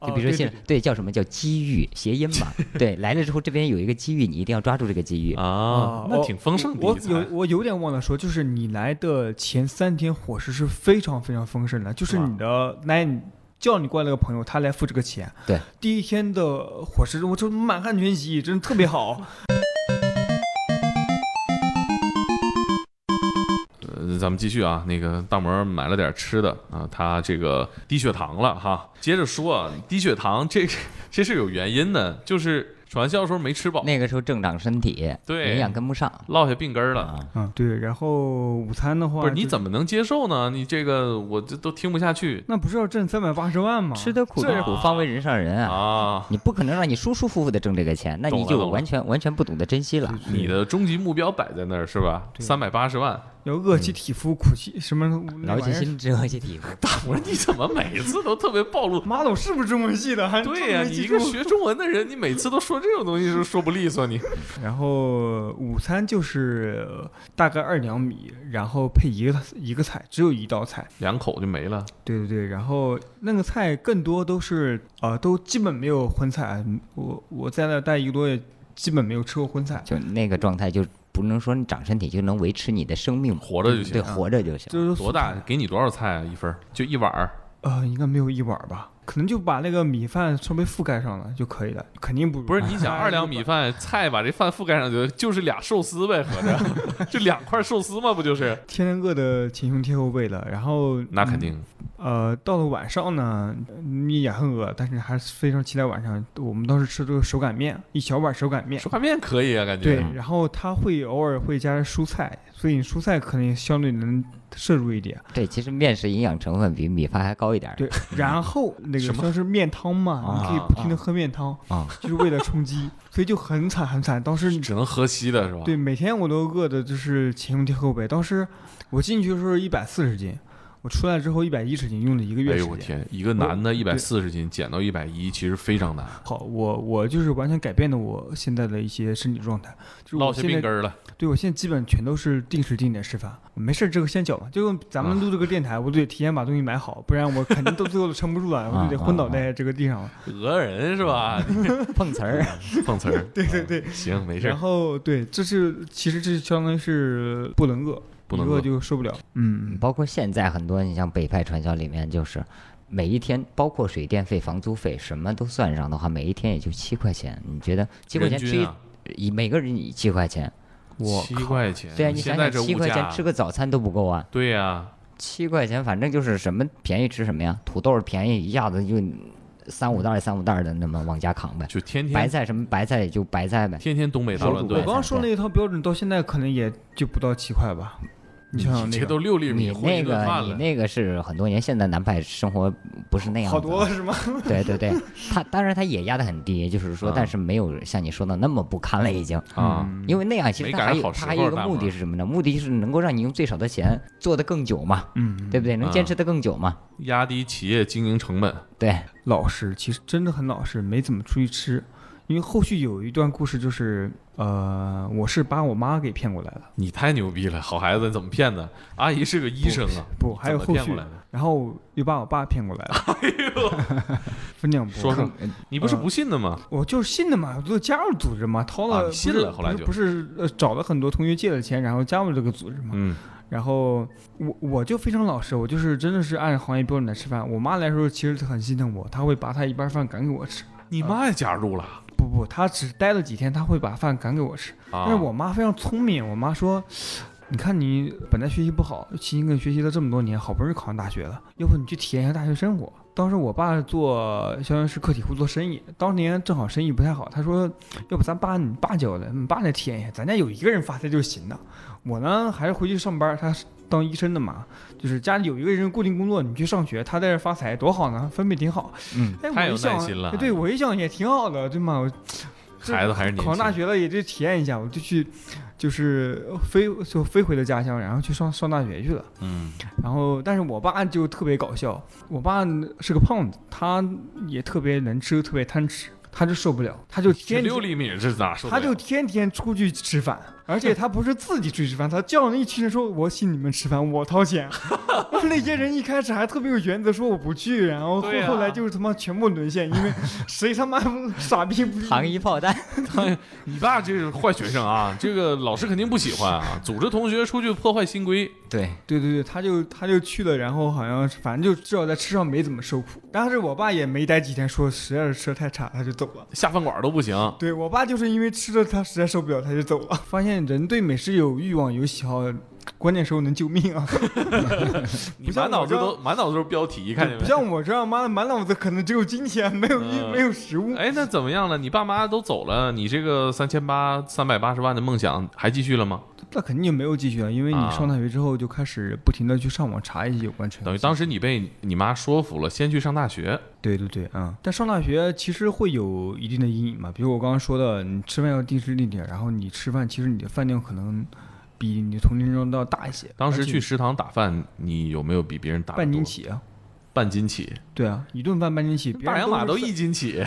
Speaker 2: 就
Speaker 4: 哦
Speaker 2: 比如说
Speaker 4: 对
Speaker 2: 现、
Speaker 4: 对
Speaker 2: 对叫什么叫机遇谐音嘛？对，来了之后这边有一个机遇，你一定要抓住这个机遇。
Speaker 1: 啊，那
Speaker 4: 我
Speaker 1: 挺丰盛的
Speaker 4: 哦我
Speaker 1: 一
Speaker 4: 有
Speaker 1: 餐。
Speaker 4: 我有点忘了说，就是你来的前三天伙食是非常非常丰盛的，就是你的来你叫你过来那个朋友，他来付这个钱。
Speaker 2: 对，
Speaker 4: 第一天的伙食我就满汉全席，真的特 别好。
Speaker 1: 呃咱们继续啊，那个大魔买了点吃的啊，他这个低血糖了哈。接着说啊，低血糖这这是有原因的，就是传销时候没吃饱，
Speaker 2: 那个时候正长身体，
Speaker 1: 对
Speaker 2: 营养跟不上。
Speaker 1: 落下病根儿了。
Speaker 2: 啊，
Speaker 4: 嗯，对。然后午餐的话，
Speaker 1: 不是你
Speaker 4: 就
Speaker 1: 怎么能接受呢？你这个我这都听不下去
Speaker 4: 那不是要挣三百八十万吗？
Speaker 2: 吃得苦中苦，方为人上人
Speaker 4: 哎
Speaker 2: 啊！
Speaker 1: 啊！
Speaker 2: 你不可能让你舒舒服服的挣这个钱，那
Speaker 1: 懂
Speaker 2: 你
Speaker 1: 了
Speaker 2: 就
Speaker 1: 懂了
Speaker 2: 完全完全不懂得珍惜了。
Speaker 1: 你的终极目标摆在那儿是吧？
Speaker 4: 对
Speaker 1: 三百八十万，
Speaker 4: 要饿
Speaker 1: 嗯
Speaker 4: 其体肤，苦其什么那
Speaker 2: 劳
Speaker 4: 玩意
Speaker 2: 其
Speaker 4: 儿？
Speaker 2: 心，折其体。
Speaker 1: 我说你怎么每一次都特别暴露？
Speaker 4: 妈的，我是不是中文系的？还
Speaker 1: 对呀、
Speaker 4: 这么没
Speaker 1: 你
Speaker 4: 记
Speaker 1: 一个
Speaker 4: 住
Speaker 1: 学中文的人，你每次都说这种东西是说不利索你。
Speaker 4: 然后午餐就是大概二两米，然后配一个一个菜，只有一道菜。
Speaker 1: 两口就没了。
Speaker 4: 对对对，然后那个菜更多都是呃，都基本没有荤菜。嗯我我在那待一个多月，基本没有吃过荤菜。
Speaker 2: 就那个状态，就不能说你长身体就能维持你的生命，
Speaker 1: 活着就行
Speaker 2: 对，活着就行。
Speaker 4: 就是
Speaker 1: 多大？给你多少菜啊？一份儿就一碗儿。
Speaker 4: 呃，应该没有一碗吧，可能就把那个米饭稍微覆盖上了就可以了，肯定不如
Speaker 1: 不是你 想二两米饭菜把这饭覆盖上去，就是俩寿司呗，合着 就两块寿司嘛，不就是？
Speaker 4: 天天饿的前胸贴后背了。然后
Speaker 1: 那肯定，
Speaker 4: 呃，到了晚上呢，你也很饿，但是还是非常期待晚上。我们当时吃这个手擀面，一小碗手擀面，
Speaker 1: 手擀面可以啊，感
Speaker 4: 对
Speaker 1: 觉。，
Speaker 4: 然后它会偶尔会加蔬菜，所以蔬菜可能也相对能摄入一点。
Speaker 2: 对，其实面食营养成分比米饭还高一点儿。
Speaker 4: 对，然后那个
Speaker 1: 哎什么啊
Speaker 4: 算是面汤嘛，你可以不停的喝面汤，
Speaker 2: 啊
Speaker 4: 就是为了充饥，所以就很惨很惨。当时
Speaker 1: 只能喝稀的是吧？
Speaker 4: 对，每天我都饿的就是前胸贴后背。当时我进去的时候一百四十斤，我出来之后一百一十斤，用了一个
Speaker 1: 哎
Speaker 4: 月
Speaker 1: 呦
Speaker 4: 时
Speaker 1: 我
Speaker 4: 间。
Speaker 1: 天，一个男的一百
Speaker 4: 对
Speaker 1: 四十斤减到一百一，其实非常难，
Speaker 4: 好，我我就是完全改变了我现在的一些身体状态，就是
Speaker 1: 落
Speaker 4: 我
Speaker 1: 下
Speaker 4: 现
Speaker 1: 病
Speaker 4: 在
Speaker 1: 根儿了。
Speaker 4: 对我现在基本全都是定时定点吃饭，没事儿这个先搅吧，就用咱
Speaker 1: 啊
Speaker 4: 们录这个电台，我都得提前把东西买好，不然我肯定到最后都 撑不住了，我就
Speaker 1: 啊
Speaker 4: 得昏倒在这个地上了。
Speaker 1: 讹人是 吧？
Speaker 2: 碰瓷儿，
Speaker 1: 碰瓷儿。对对对，行，没事
Speaker 4: 然
Speaker 1: 儿，
Speaker 4: 后对，这是其实这相当于是不能饿，
Speaker 1: 不能
Speaker 4: 一
Speaker 1: 饿
Speaker 4: 饿就受不了。嗯，
Speaker 2: 包括现在很多，你像北派传销里面就是。每一天，包括水电费、房租费，什么都算上的话，每一天也就七块钱。你觉得七块
Speaker 1: 人
Speaker 2: 钱吃
Speaker 1: 均
Speaker 2: 一
Speaker 1: 啊，
Speaker 2: 一每个人七块钱？
Speaker 4: 我
Speaker 1: 七块钱，
Speaker 2: 对啊，你
Speaker 1: 现
Speaker 2: 想
Speaker 1: 在
Speaker 2: 想
Speaker 1: 这
Speaker 2: 七
Speaker 1: 物
Speaker 2: 块
Speaker 1: 价
Speaker 2: 钱，吃个早餐都不够啊！
Speaker 1: 对呀、
Speaker 2: 七块钱，反正就是什么便宜吃什么呀，土豆便宜，一下子就三五袋儿、三五袋儿的那么往家扛呗。
Speaker 1: 就天
Speaker 2: 白
Speaker 1: 天
Speaker 2: 菜什么白菜也就白菜呗，
Speaker 1: 天天东北大乱
Speaker 4: 我
Speaker 1: 炖
Speaker 4: 刚，刚说那一套标准到现在可能也就不到七块吧，你想想
Speaker 1: 你
Speaker 4: 那
Speaker 1: 这
Speaker 4: 个
Speaker 1: 都六粒米
Speaker 2: 你
Speaker 1: 混一
Speaker 2: 那
Speaker 1: 顿
Speaker 2: 个
Speaker 1: 饭
Speaker 2: 你
Speaker 1: 了。
Speaker 2: 那个是很多年，现在南派生活不是那样
Speaker 4: 好
Speaker 2: 子
Speaker 4: 多了是吗？
Speaker 2: 对对对，他当然他也压得很低，就是说
Speaker 1: 啊，
Speaker 2: 但是没有像你说的那么不堪了已经。
Speaker 1: 啊，
Speaker 4: 嗯
Speaker 2: 因为那样其
Speaker 1: 没
Speaker 2: 实他
Speaker 1: 赶
Speaker 2: 还
Speaker 1: 上
Speaker 2: 有
Speaker 1: 好时
Speaker 2: 他还
Speaker 1: 候
Speaker 2: 有一个
Speaker 1: 大
Speaker 2: 目
Speaker 1: 伙
Speaker 2: 的
Speaker 1: 儿
Speaker 2: 是什么呢？目的是能够让你用最少的钱做得更久嘛，
Speaker 4: 嗯，
Speaker 2: 对不
Speaker 1: 啊
Speaker 2: 对？能坚持得更久嘛？
Speaker 1: 压低企业经营成本，
Speaker 2: 对，
Speaker 4: 老实，其实真的很老实，没怎么出去吃。因为后续有一段故事，就是呃，我是把我妈给骗过来了，
Speaker 1: 你太牛逼了，好孩子，你怎么骗的？阿姨是个医生啊，
Speaker 4: 不，还有
Speaker 1: 怎么
Speaker 4: 后
Speaker 1: 骗
Speaker 4: 续
Speaker 1: 过来，的？
Speaker 4: 然后又把我爸骗过来了。哎呦，分两 波。
Speaker 1: 说说，你
Speaker 4: 嗯
Speaker 1: 不是不信的吗？
Speaker 4: 我就是信的嘛，我就加入组织嘛，掏
Speaker 1: 啊
Speaker 4: 了，
Speaker 1: 你
Speaker 4: 不
Speaker 1: 信
Speaker 4: 是
Speaker 1: 了后来就
Speaker 4: 不是不是呃找了很多同学借了钱，然后加入这个组织嘛。
Speaker 1: 嗯，
Speaker 4: 然后我我就非常老实，我就是真的是按行业标准来吃饭。我妈来的时候其实很心疼我，她会把她一半饭赶给我吃。
Speaker 1: 你妈也加入了
Speaker 4: 不不，她只待了几天，她会把饭赶给我吃。
Speaker 1: 啊
Speaker 4: 但是我妈非常聪明，我妈说。你看，你本来学习不好，辛勤学习了这么多年，好不容易考上大学了，要不你去体验一下大学生活。当时我爸做相当于是个体户做生意，当年正好生意不太好，他说，要不咱把你爸叫来，你爸来体验一下，咱家有一个人发财就行了。我呢，还是回去上班，他是当医生的嘛，就是家里有一个人固定工作，你去上学，他在这发财多好呢，分配挺好。
Speaker 2: 嗯，
Speaker 4: 哎，
Speaker 1: 太
Speaker 4: 我
Speaker 1: 有
Speaker 4: 一
Speaker 1: 耐
Speaker 4: 想，
Speaker 1: 心了
Speaker 4: 哎对我一想也挺好的，对吗？我
Speaker 1: 孩子还是年
Speaker 4: 考上
Speaker 1: 轻
Speaker 4: 大。学了也就体验一下，我就去，就是飞就飞回了家乡，然后去上上大学去了。
Speaker 1: 嗯
Speaker 4: 然后，但是我爸就特别搞笑，我爸是个胖子，他也特别能吃，特别贪吃，他就受不了，他就
Speaker 1: 这
Speaker 4: 天
Speaker 1: 六
Speaker 4: 天
Speaker 1: 厘米这哪受得
Speaker 4: 他
Speaker 1: 了？
Speaker 4: 就天天出去吃 饭，而且他不是自己出去吃饭，他叫人一群人说我请你们吃饭，我 掏钱。那些人一开始还特别有原则，说我不去，然后后、
Speaker 1: 对啊
Speaker 4: 后来就是他妈全部沦陷，因 为谁他妈傻逼不
Speaker 2: 糖衣炮弹，
Speaker 1: 你爸这是坏学生啊，这个老师肯定不喜欢啊，组织同学出去破坏新规。
Speaker 2: 对，
Speaker 4: 对对对，他就他就去了，然后好像是反正就至少在吃上没怎么受苦。但是我爸也没待几天，说实在是吃的太差，他就走了。
Speaker 1: 下饭馆都不行。
Speaker 4: 对我爸就是因为吃的他实在受不了，他就走了。发现人对美食有欲望、有喜好，关键时候能救命啊！
Speaker 1: 你满脑子都满脑子都是标题，看见
Speaker 4: 不
Speaker 1: 没？
Speaker 4: 像我这样，妈的满脑子可能只有金钱，没有欲，
Speaker 1: 嗯
Speaker 4: 没有食物。
Speaker 1: 哎，那怎么样了？你爸妈都走了，你这个三千八三百八十万的梦想还继续了吗？
Speaker 4: 那肯定就没有继续啊，因为你
Speaker 1: 啊
Speaker 4: 上大学之后就开始不停的去上网查一些有关成
Speaker 1: 等于当时你被你妈说服了，先去上大学。
Speaker 4: 对对对啊、但上大学其实会有一定的阴影嘛，比如我刚刚说的，你吃饭要定时定点，然后你吃饭其实你的饭量可能比你的同龄人都要大一些。
Speaker 1: 当时
Speaker 4: 而且
Speaker 1: 去食堂打饭，你有没有比别人打得
Speaker 4: 半斤
Speaker 1: 多？
Speaker 4: 起啊，
Speaker 1: 半斤起，
Speaker 4: 对啊，一顿饭半斤起，别人
Speaker 1: 大洋马都
Speaker 4: 是
Speaker 1: 一斤 起。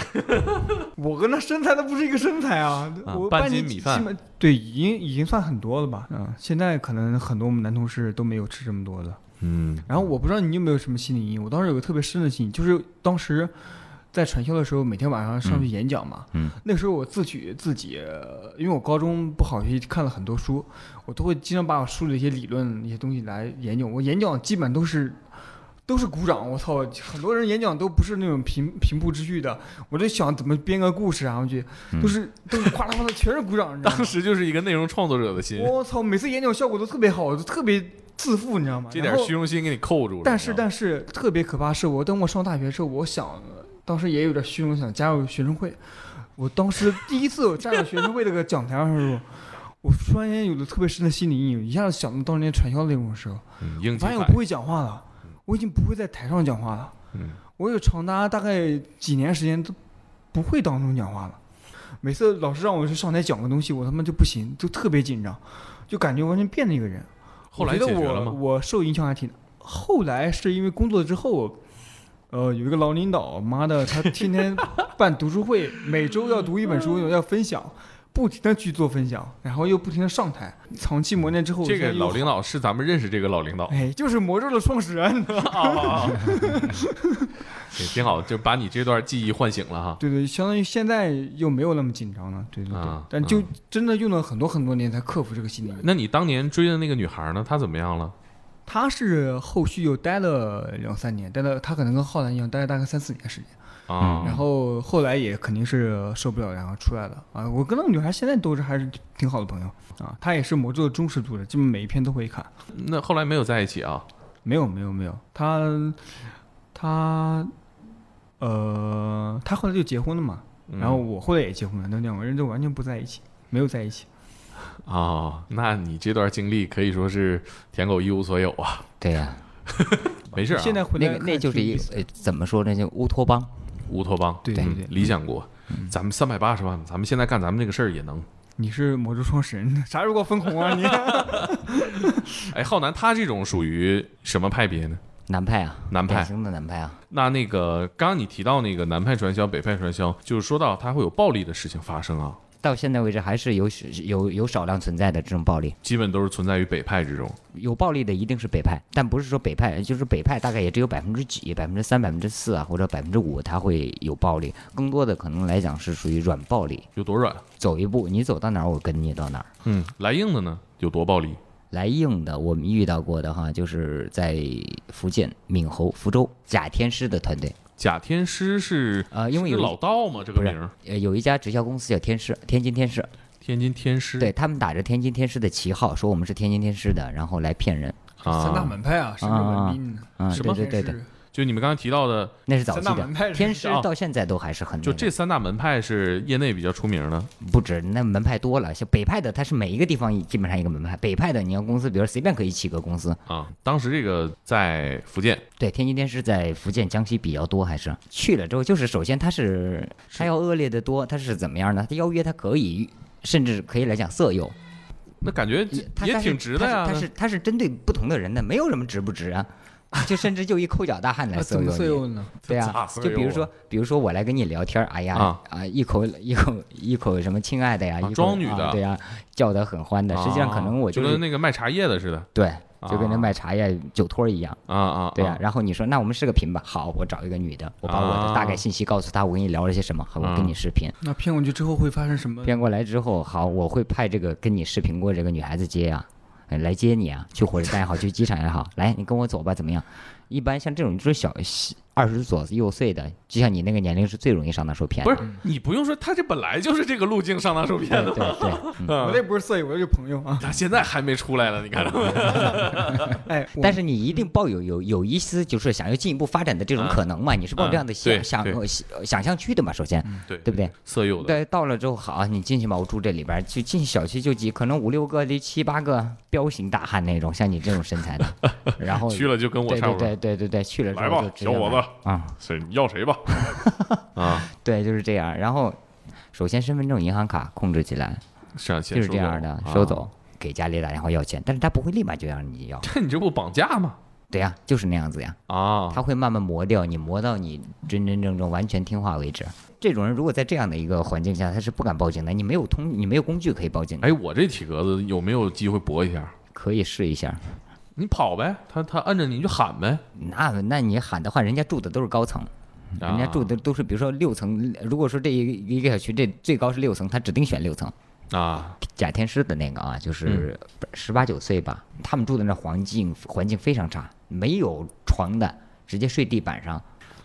Speaker 4: 我跟他身材都不是一个身材啊，
Speaker 1: 啊
Speaker 4: 我
Speaker 1: 半
Speaker 4: 半
Speaker 1: 斤
Speaker 4: 斤
Speaker 1: 米
Speaker 4: 起
Speaker 1: 饭
Speaker 4: 码，对，已经已经算很多了吧？嗯，现在可能很多我们男同事都没有吃这么多的。
Speaker 1: 嗯，
Speaker 4: 然后我不知道你有没有什么心理阴影，我当时有个特别深的心理，就是当时在传销的时候，每天晚上上去演讲嘛，
Speaker 2: 嗯
Speaker 4: 那时候我自己自己，呃因为我高中不好学习，看了很多书，我都会经常把我书里的一些理论、一些东西来研究。我演讲基本都是。都是鼓掌，我操！很多人演讲都不是那种平平铺直叙的，我就想怎么编个故事，然后去，都是都是哗啦哗啦全是鼓掌，你知道吗
Speaker 1: 嗯当？时就是一个内容创作者的心，
Speaker 4: 我操！每次演讲效果都特别好，我就特别自负，你知道吗？
Speaker 1: 这
Speaker 4: 然
Speaker 1: 点
Speaker 4: 后
Speaker 1: 虚荣心给你扣住了。
Speaker 4: 但是
Speaker 1: 你知道吗
Speaker 4: 但是特别可怕是我等我上大学之后，我想当时也有点虚荣，想加入学生会。我当时第一次站在学生会这个讲台上的时候， 我突然间有了特别深的心理阴影，一下子想到当年传销那种时候，
Speaker 1: 嗯应激
Speaker 4: 我发现我
Speaker 1: 派
Speaker 4: 不会讲话了，我已经不会在台上讲话了。
Speaker 1: 嗯
Speaker 4: 我有长达大概几年时间都不会当众讲话了。每次老师让我去上台讲个东西，我他妈就不行，就特别紧张，就感觉完全变了一个人。
Speaker 1: 后来
Speaker 4: 我觉
Speaker 1: 解
Speaker 4: 得
Speaker 1: 决了
Speaker 4: 我
Speaker 1: 吗？
Speaker 4: 我受影响还挺。后来是因为工作之后，呃，有一个老领导，妈的，他天天办读书会，每周要读一 本
Speaker 1: 嗯
Speaker 4: 书，要分享，不停的去做分享，然后又不停的上台，长期磨练之后，
Speaker 1: 这
Speaker 4: 我现
Speaker 1: 个
Speaker 4: 在又
Speaker 1: 老领导是咱们认识这个老 领导，
Speaker 4: 哎，就是魔咒的创始人。 啊
Speaker 1: 也挺好，就把你这段记忆唤醒了哈。
Speaker 4: 对对，相当于现在又没有那么紧张了，对对对，
Speaker 1: 啊
Speaker 4: 但就真的用了很多很多年才克服这个心理。
Speaker 1: 那你当年追的那个女孩呢？她怎么样了？
Speaker 4: 他是后续又待了两三年，待了他可能跟浩南一样，待了大概三四年时间。
Speaker 2: 嗯
Speaker 1: 啊，
Speaker 4: 然后后来也肯定是受不了，然后出来了啊！我跟那个女孩现在都是还是挺好的朋友啊，她也是魔咒的忠实读者，基本每一篇都会看。
Speaker 1: 那后来没有在一起啊？
Speaker 4: 没有没有没有，她她呃，她后来就结婚了嘛，
Speaker 1: 嗯
Speaker 4: 然后我后来也结婚了，那两个人就完全不在一起，没有在一起。
Speaker 1: 哦，那你这段经历可以说是舔狗一无所有啊。
Speaker 2: 对呀、
Speaker 1: 没事、啊，
Speaker 4: 现在回来
Speaker 2: 那个
Speaker 4: 看
Speaker 2: 那就是
Speaker 4: 挺有
Speaker 2: 一
Speaker 4: 意思
Speaker 2: 呃怎么说呢，就乌托邦。
Speaker 1: 乌托邦，
Speaker 4: 对
Speaker 2: 对
Speaker 1: 嗯
Speaker 4: 对嗯
Speaker 1: 理想国。咱们三百八十万，咱们现在干咱们这个事儿也能。
Speaker 4: 你是魔咒创始人， 啥时候给我分红啊你？
Speaker 1: 哎，浩南他这种属于什么派别呢？
Speaker 2: 南派啊，
Speaker 1: 南派
Speaker 2: 典型的南派啊，
Speaker 1: 那那个刚刚你提到那个南派传销、北派传销，就是说到它会有暴力的事情发生啊，
Speaker 2: 到现在为止还是有有有少量存在的这种暴力，
Speaker 1: 基本都是存在于北派之中。
Speaker 2: 有暴力的一定是北派，但不是说北派，就是北派大概也只有百分之几、百分之三、百分之四啊，或者百分之五，它会有暴力，更多的可能来讲是属于软暴力，
Speaker 1: 有多软？
Speaker 2: 走一步你走到哪儿我跟你到哪儿。
Speaker 1: 嗯，来硬的呢有多暴力？
Speaker 2: 来硬的，我们遇到过的哈，就是在福建闽侯福州假天师的团队，
Speaker 1: 假天师是
Speaker 2: 呃，因为
Speaker 1: 是
Speaker 2: 有一
Speaker 1: 老道嘛，这个
Speaker 2: 不是
Speaker 1: 名儿，
Speaker 2: 呃有一家直销公司叫天师，天津天师，
Speaker 1: 天津天师
Speaker 2: 对他们打着天津天师的旗号，说我们是天津天师的，然后来骗人。
Speaker 1: 啊，
Speaker 4: 三大门派啊，是不是
Speaker 2: 啊
Speaker 4: 文斌？
Speaker 2: 啊，
Speaker 4: 是
Speaker 2: 对对对对，
Speaker 1: 就你们刚才提到的，
Speaker 2: 那是早期
Speaker 4: 三大门派
Speaker 2: 的
Speaker 4: 是
Speaker 2: 天师
Speaker 1: 啊，
Speaker 2: 到现在都还是很
Speaker 1: 就
Speaker 2: 那个
Speaker 1: 这三大门派是业内比较出名的，
Speaker 2: 不止，那门派多了，像北派的，它是每一个地方基本上一个门派。北派的，你要公司，比如随便可以起个公司。
Speaker 1: 啊，当时这个在福建，
Speaker 2: 对，天津天师在福建、江西比较多，还是去了之后，就是首先它是它要恶劣的多，它是怎么样呢？它邀约它可以，甚至可以来讲色诱，
Speaker 1: 那感觉
Speaker 2: 它
Speaker 1: 也
Speaker 2: 它是
Speaker 1: 挺值的呀。
Speaker 2: 它是它是它是针对不同的人的，没有什么值不值啊。就甚至就一抠脚大汉来
Speaker 4: 那
Speaker 2: 色
Speaker 4: 啊怎么色
Speaker 2: 诱你，
Speaker 4: 诱呢？
Speaker 2: 对
Speaker 1: 咋
Speaker 2: 啊，
Speaker 1: 色
Speaker 2: 就比如
Speaker 1: 诱啊
Speaker 2: 说，比如说我来跟你聊天儿，哎呀
Speaker 1: 啊
Speaker 2: 啊，一口一口一口什么亲爱的呀，
Speaker 1: 啊
Speaker 2: 一口
Speaker 1: 装女
Speaker 2: 啊
Speaker 1: 的
Speaker 2: 对呀，叫得很欢的。实际上可能我
Speaker 1: 啊就
Speaker 2: 就是
Speaker 1: 跟那个卖茶叶的似的
Speaker 2: 对，就
Speaker 1: 啊
Speaker 2: 跟那卖茶叶酒托儿一样，
Speaker 1: 啊啊，啊
Speaker 2: 对
Speaker 1: 呀、
Speaker 2: 啊。然后你说，那我们视个频吧，好，我找一个女的，我把我的大概信息告诉她，我跟你聊了些什么，好，我
Speaker 1: 啊
Speaker 2: 跟你视频。
Speaker 4: 那骗过去之后会发生什么？
Speaker 2: 编过来之后，好，我会派这个跟你视频过这个女孩子接啊，呃来接你啊，去火车站也好，去机场也好，来，你跟我走吧，怎么样？一般像这种就是小二十左右岁的，就像你那个年龄是最容易上当受骗
Speaker 1: 不
Speaker 2: 的。
Speaker 1: 是你不用说，他这本来就是这个路径上当受骗
Speaker 2: 对
Speaker 1: 的嘛。
Speaker 2: 对对，
Speaker 4: 我
Speaker 1: 嗯
Speaker 4: 那不是色诱，我那是朋友 啊。
Speaker 1: 他现在还没出来呢，你看着
Speaker 2: 嗯
Speaker 1: 没？
Speaker 4: 哎，我
Speaker 2: 但是你一定抱有有有一丝就是想要进一步发展的这种可能嘛，你是抱这样的
Speaker 1: 啊对
Speaker 2: 想想
Speaker 1: 对
Speaker 2: 呃想象去的嘛，首先，
Speaker 1: 对
Speaker 2: 对不对？
Speaker 1: 色诱的，
Speaker 2: 对，到了之后，好，你进去吧，我住这里边儿，就进小区就几，可能五六个、离七八个彪形大汉那种，像你这种身 材的，然后
Speaker 1: 去了就跟我
Speaker 2: 对
Speaker 1: 差
Speaker 2: 对
Speaker 1: 不多
Speaker 2: 对。对对对，去了之
Speaker 1: 来
Speaker 2: 后
Speaker 1: 吧
Speaker 2: 就，直
Speaker 1: 小
Speaker 2: 接
Speaker 1: 伙
Speaker 2: 来
Speaker 1: 子，
Speaker 2: 啊、
Speaker 1: 谁你要谁 吧？啊，
Speaker 2: 对，就是这样。然后，首先身份证、银行卡控制起来，
Speaker 1: 是啊，钱
Speaker 2: 就是
Speaker 1: 收
Speaker 2: 这样
Speaker 1: 走
Speaker 2: 的，
Speaker 1: 啊
Speaker 2: 收走，给家里打电话要钱，但是他不会立马就让你要，
Speaker 1: 这你这不绑架吗？
Speaker 2: 对呀、就是那样子呀。
Speaker 1: 啊，
Speaker 2: 他会慢慢磨掉你，磨到你真真正正完全听话为止。这种人如果在这样的一个环境下，他是不敢报警的。你没有通，你没有工具可以报警，
Speaker 1: 哎，我这体格子有没有机会搏一下？
Speaker 2: 可以试一下。
Speaker 1: 你跑呗，他他摁着你你就喊呗，
Speaker 2: 那那你喊的话，人家住的都是高层，
Speaker 1: 啊
Speaker 2: 嗯人家住的都是比如说六层。如果说这一一个小区这最高是六层，他指定选六层。
Speaker 1: 啊，
Speaker 2: 假天师的那个啊，就是十八九岁吧，他们住的那环境环境非常差，没有床的，直接睡地板上。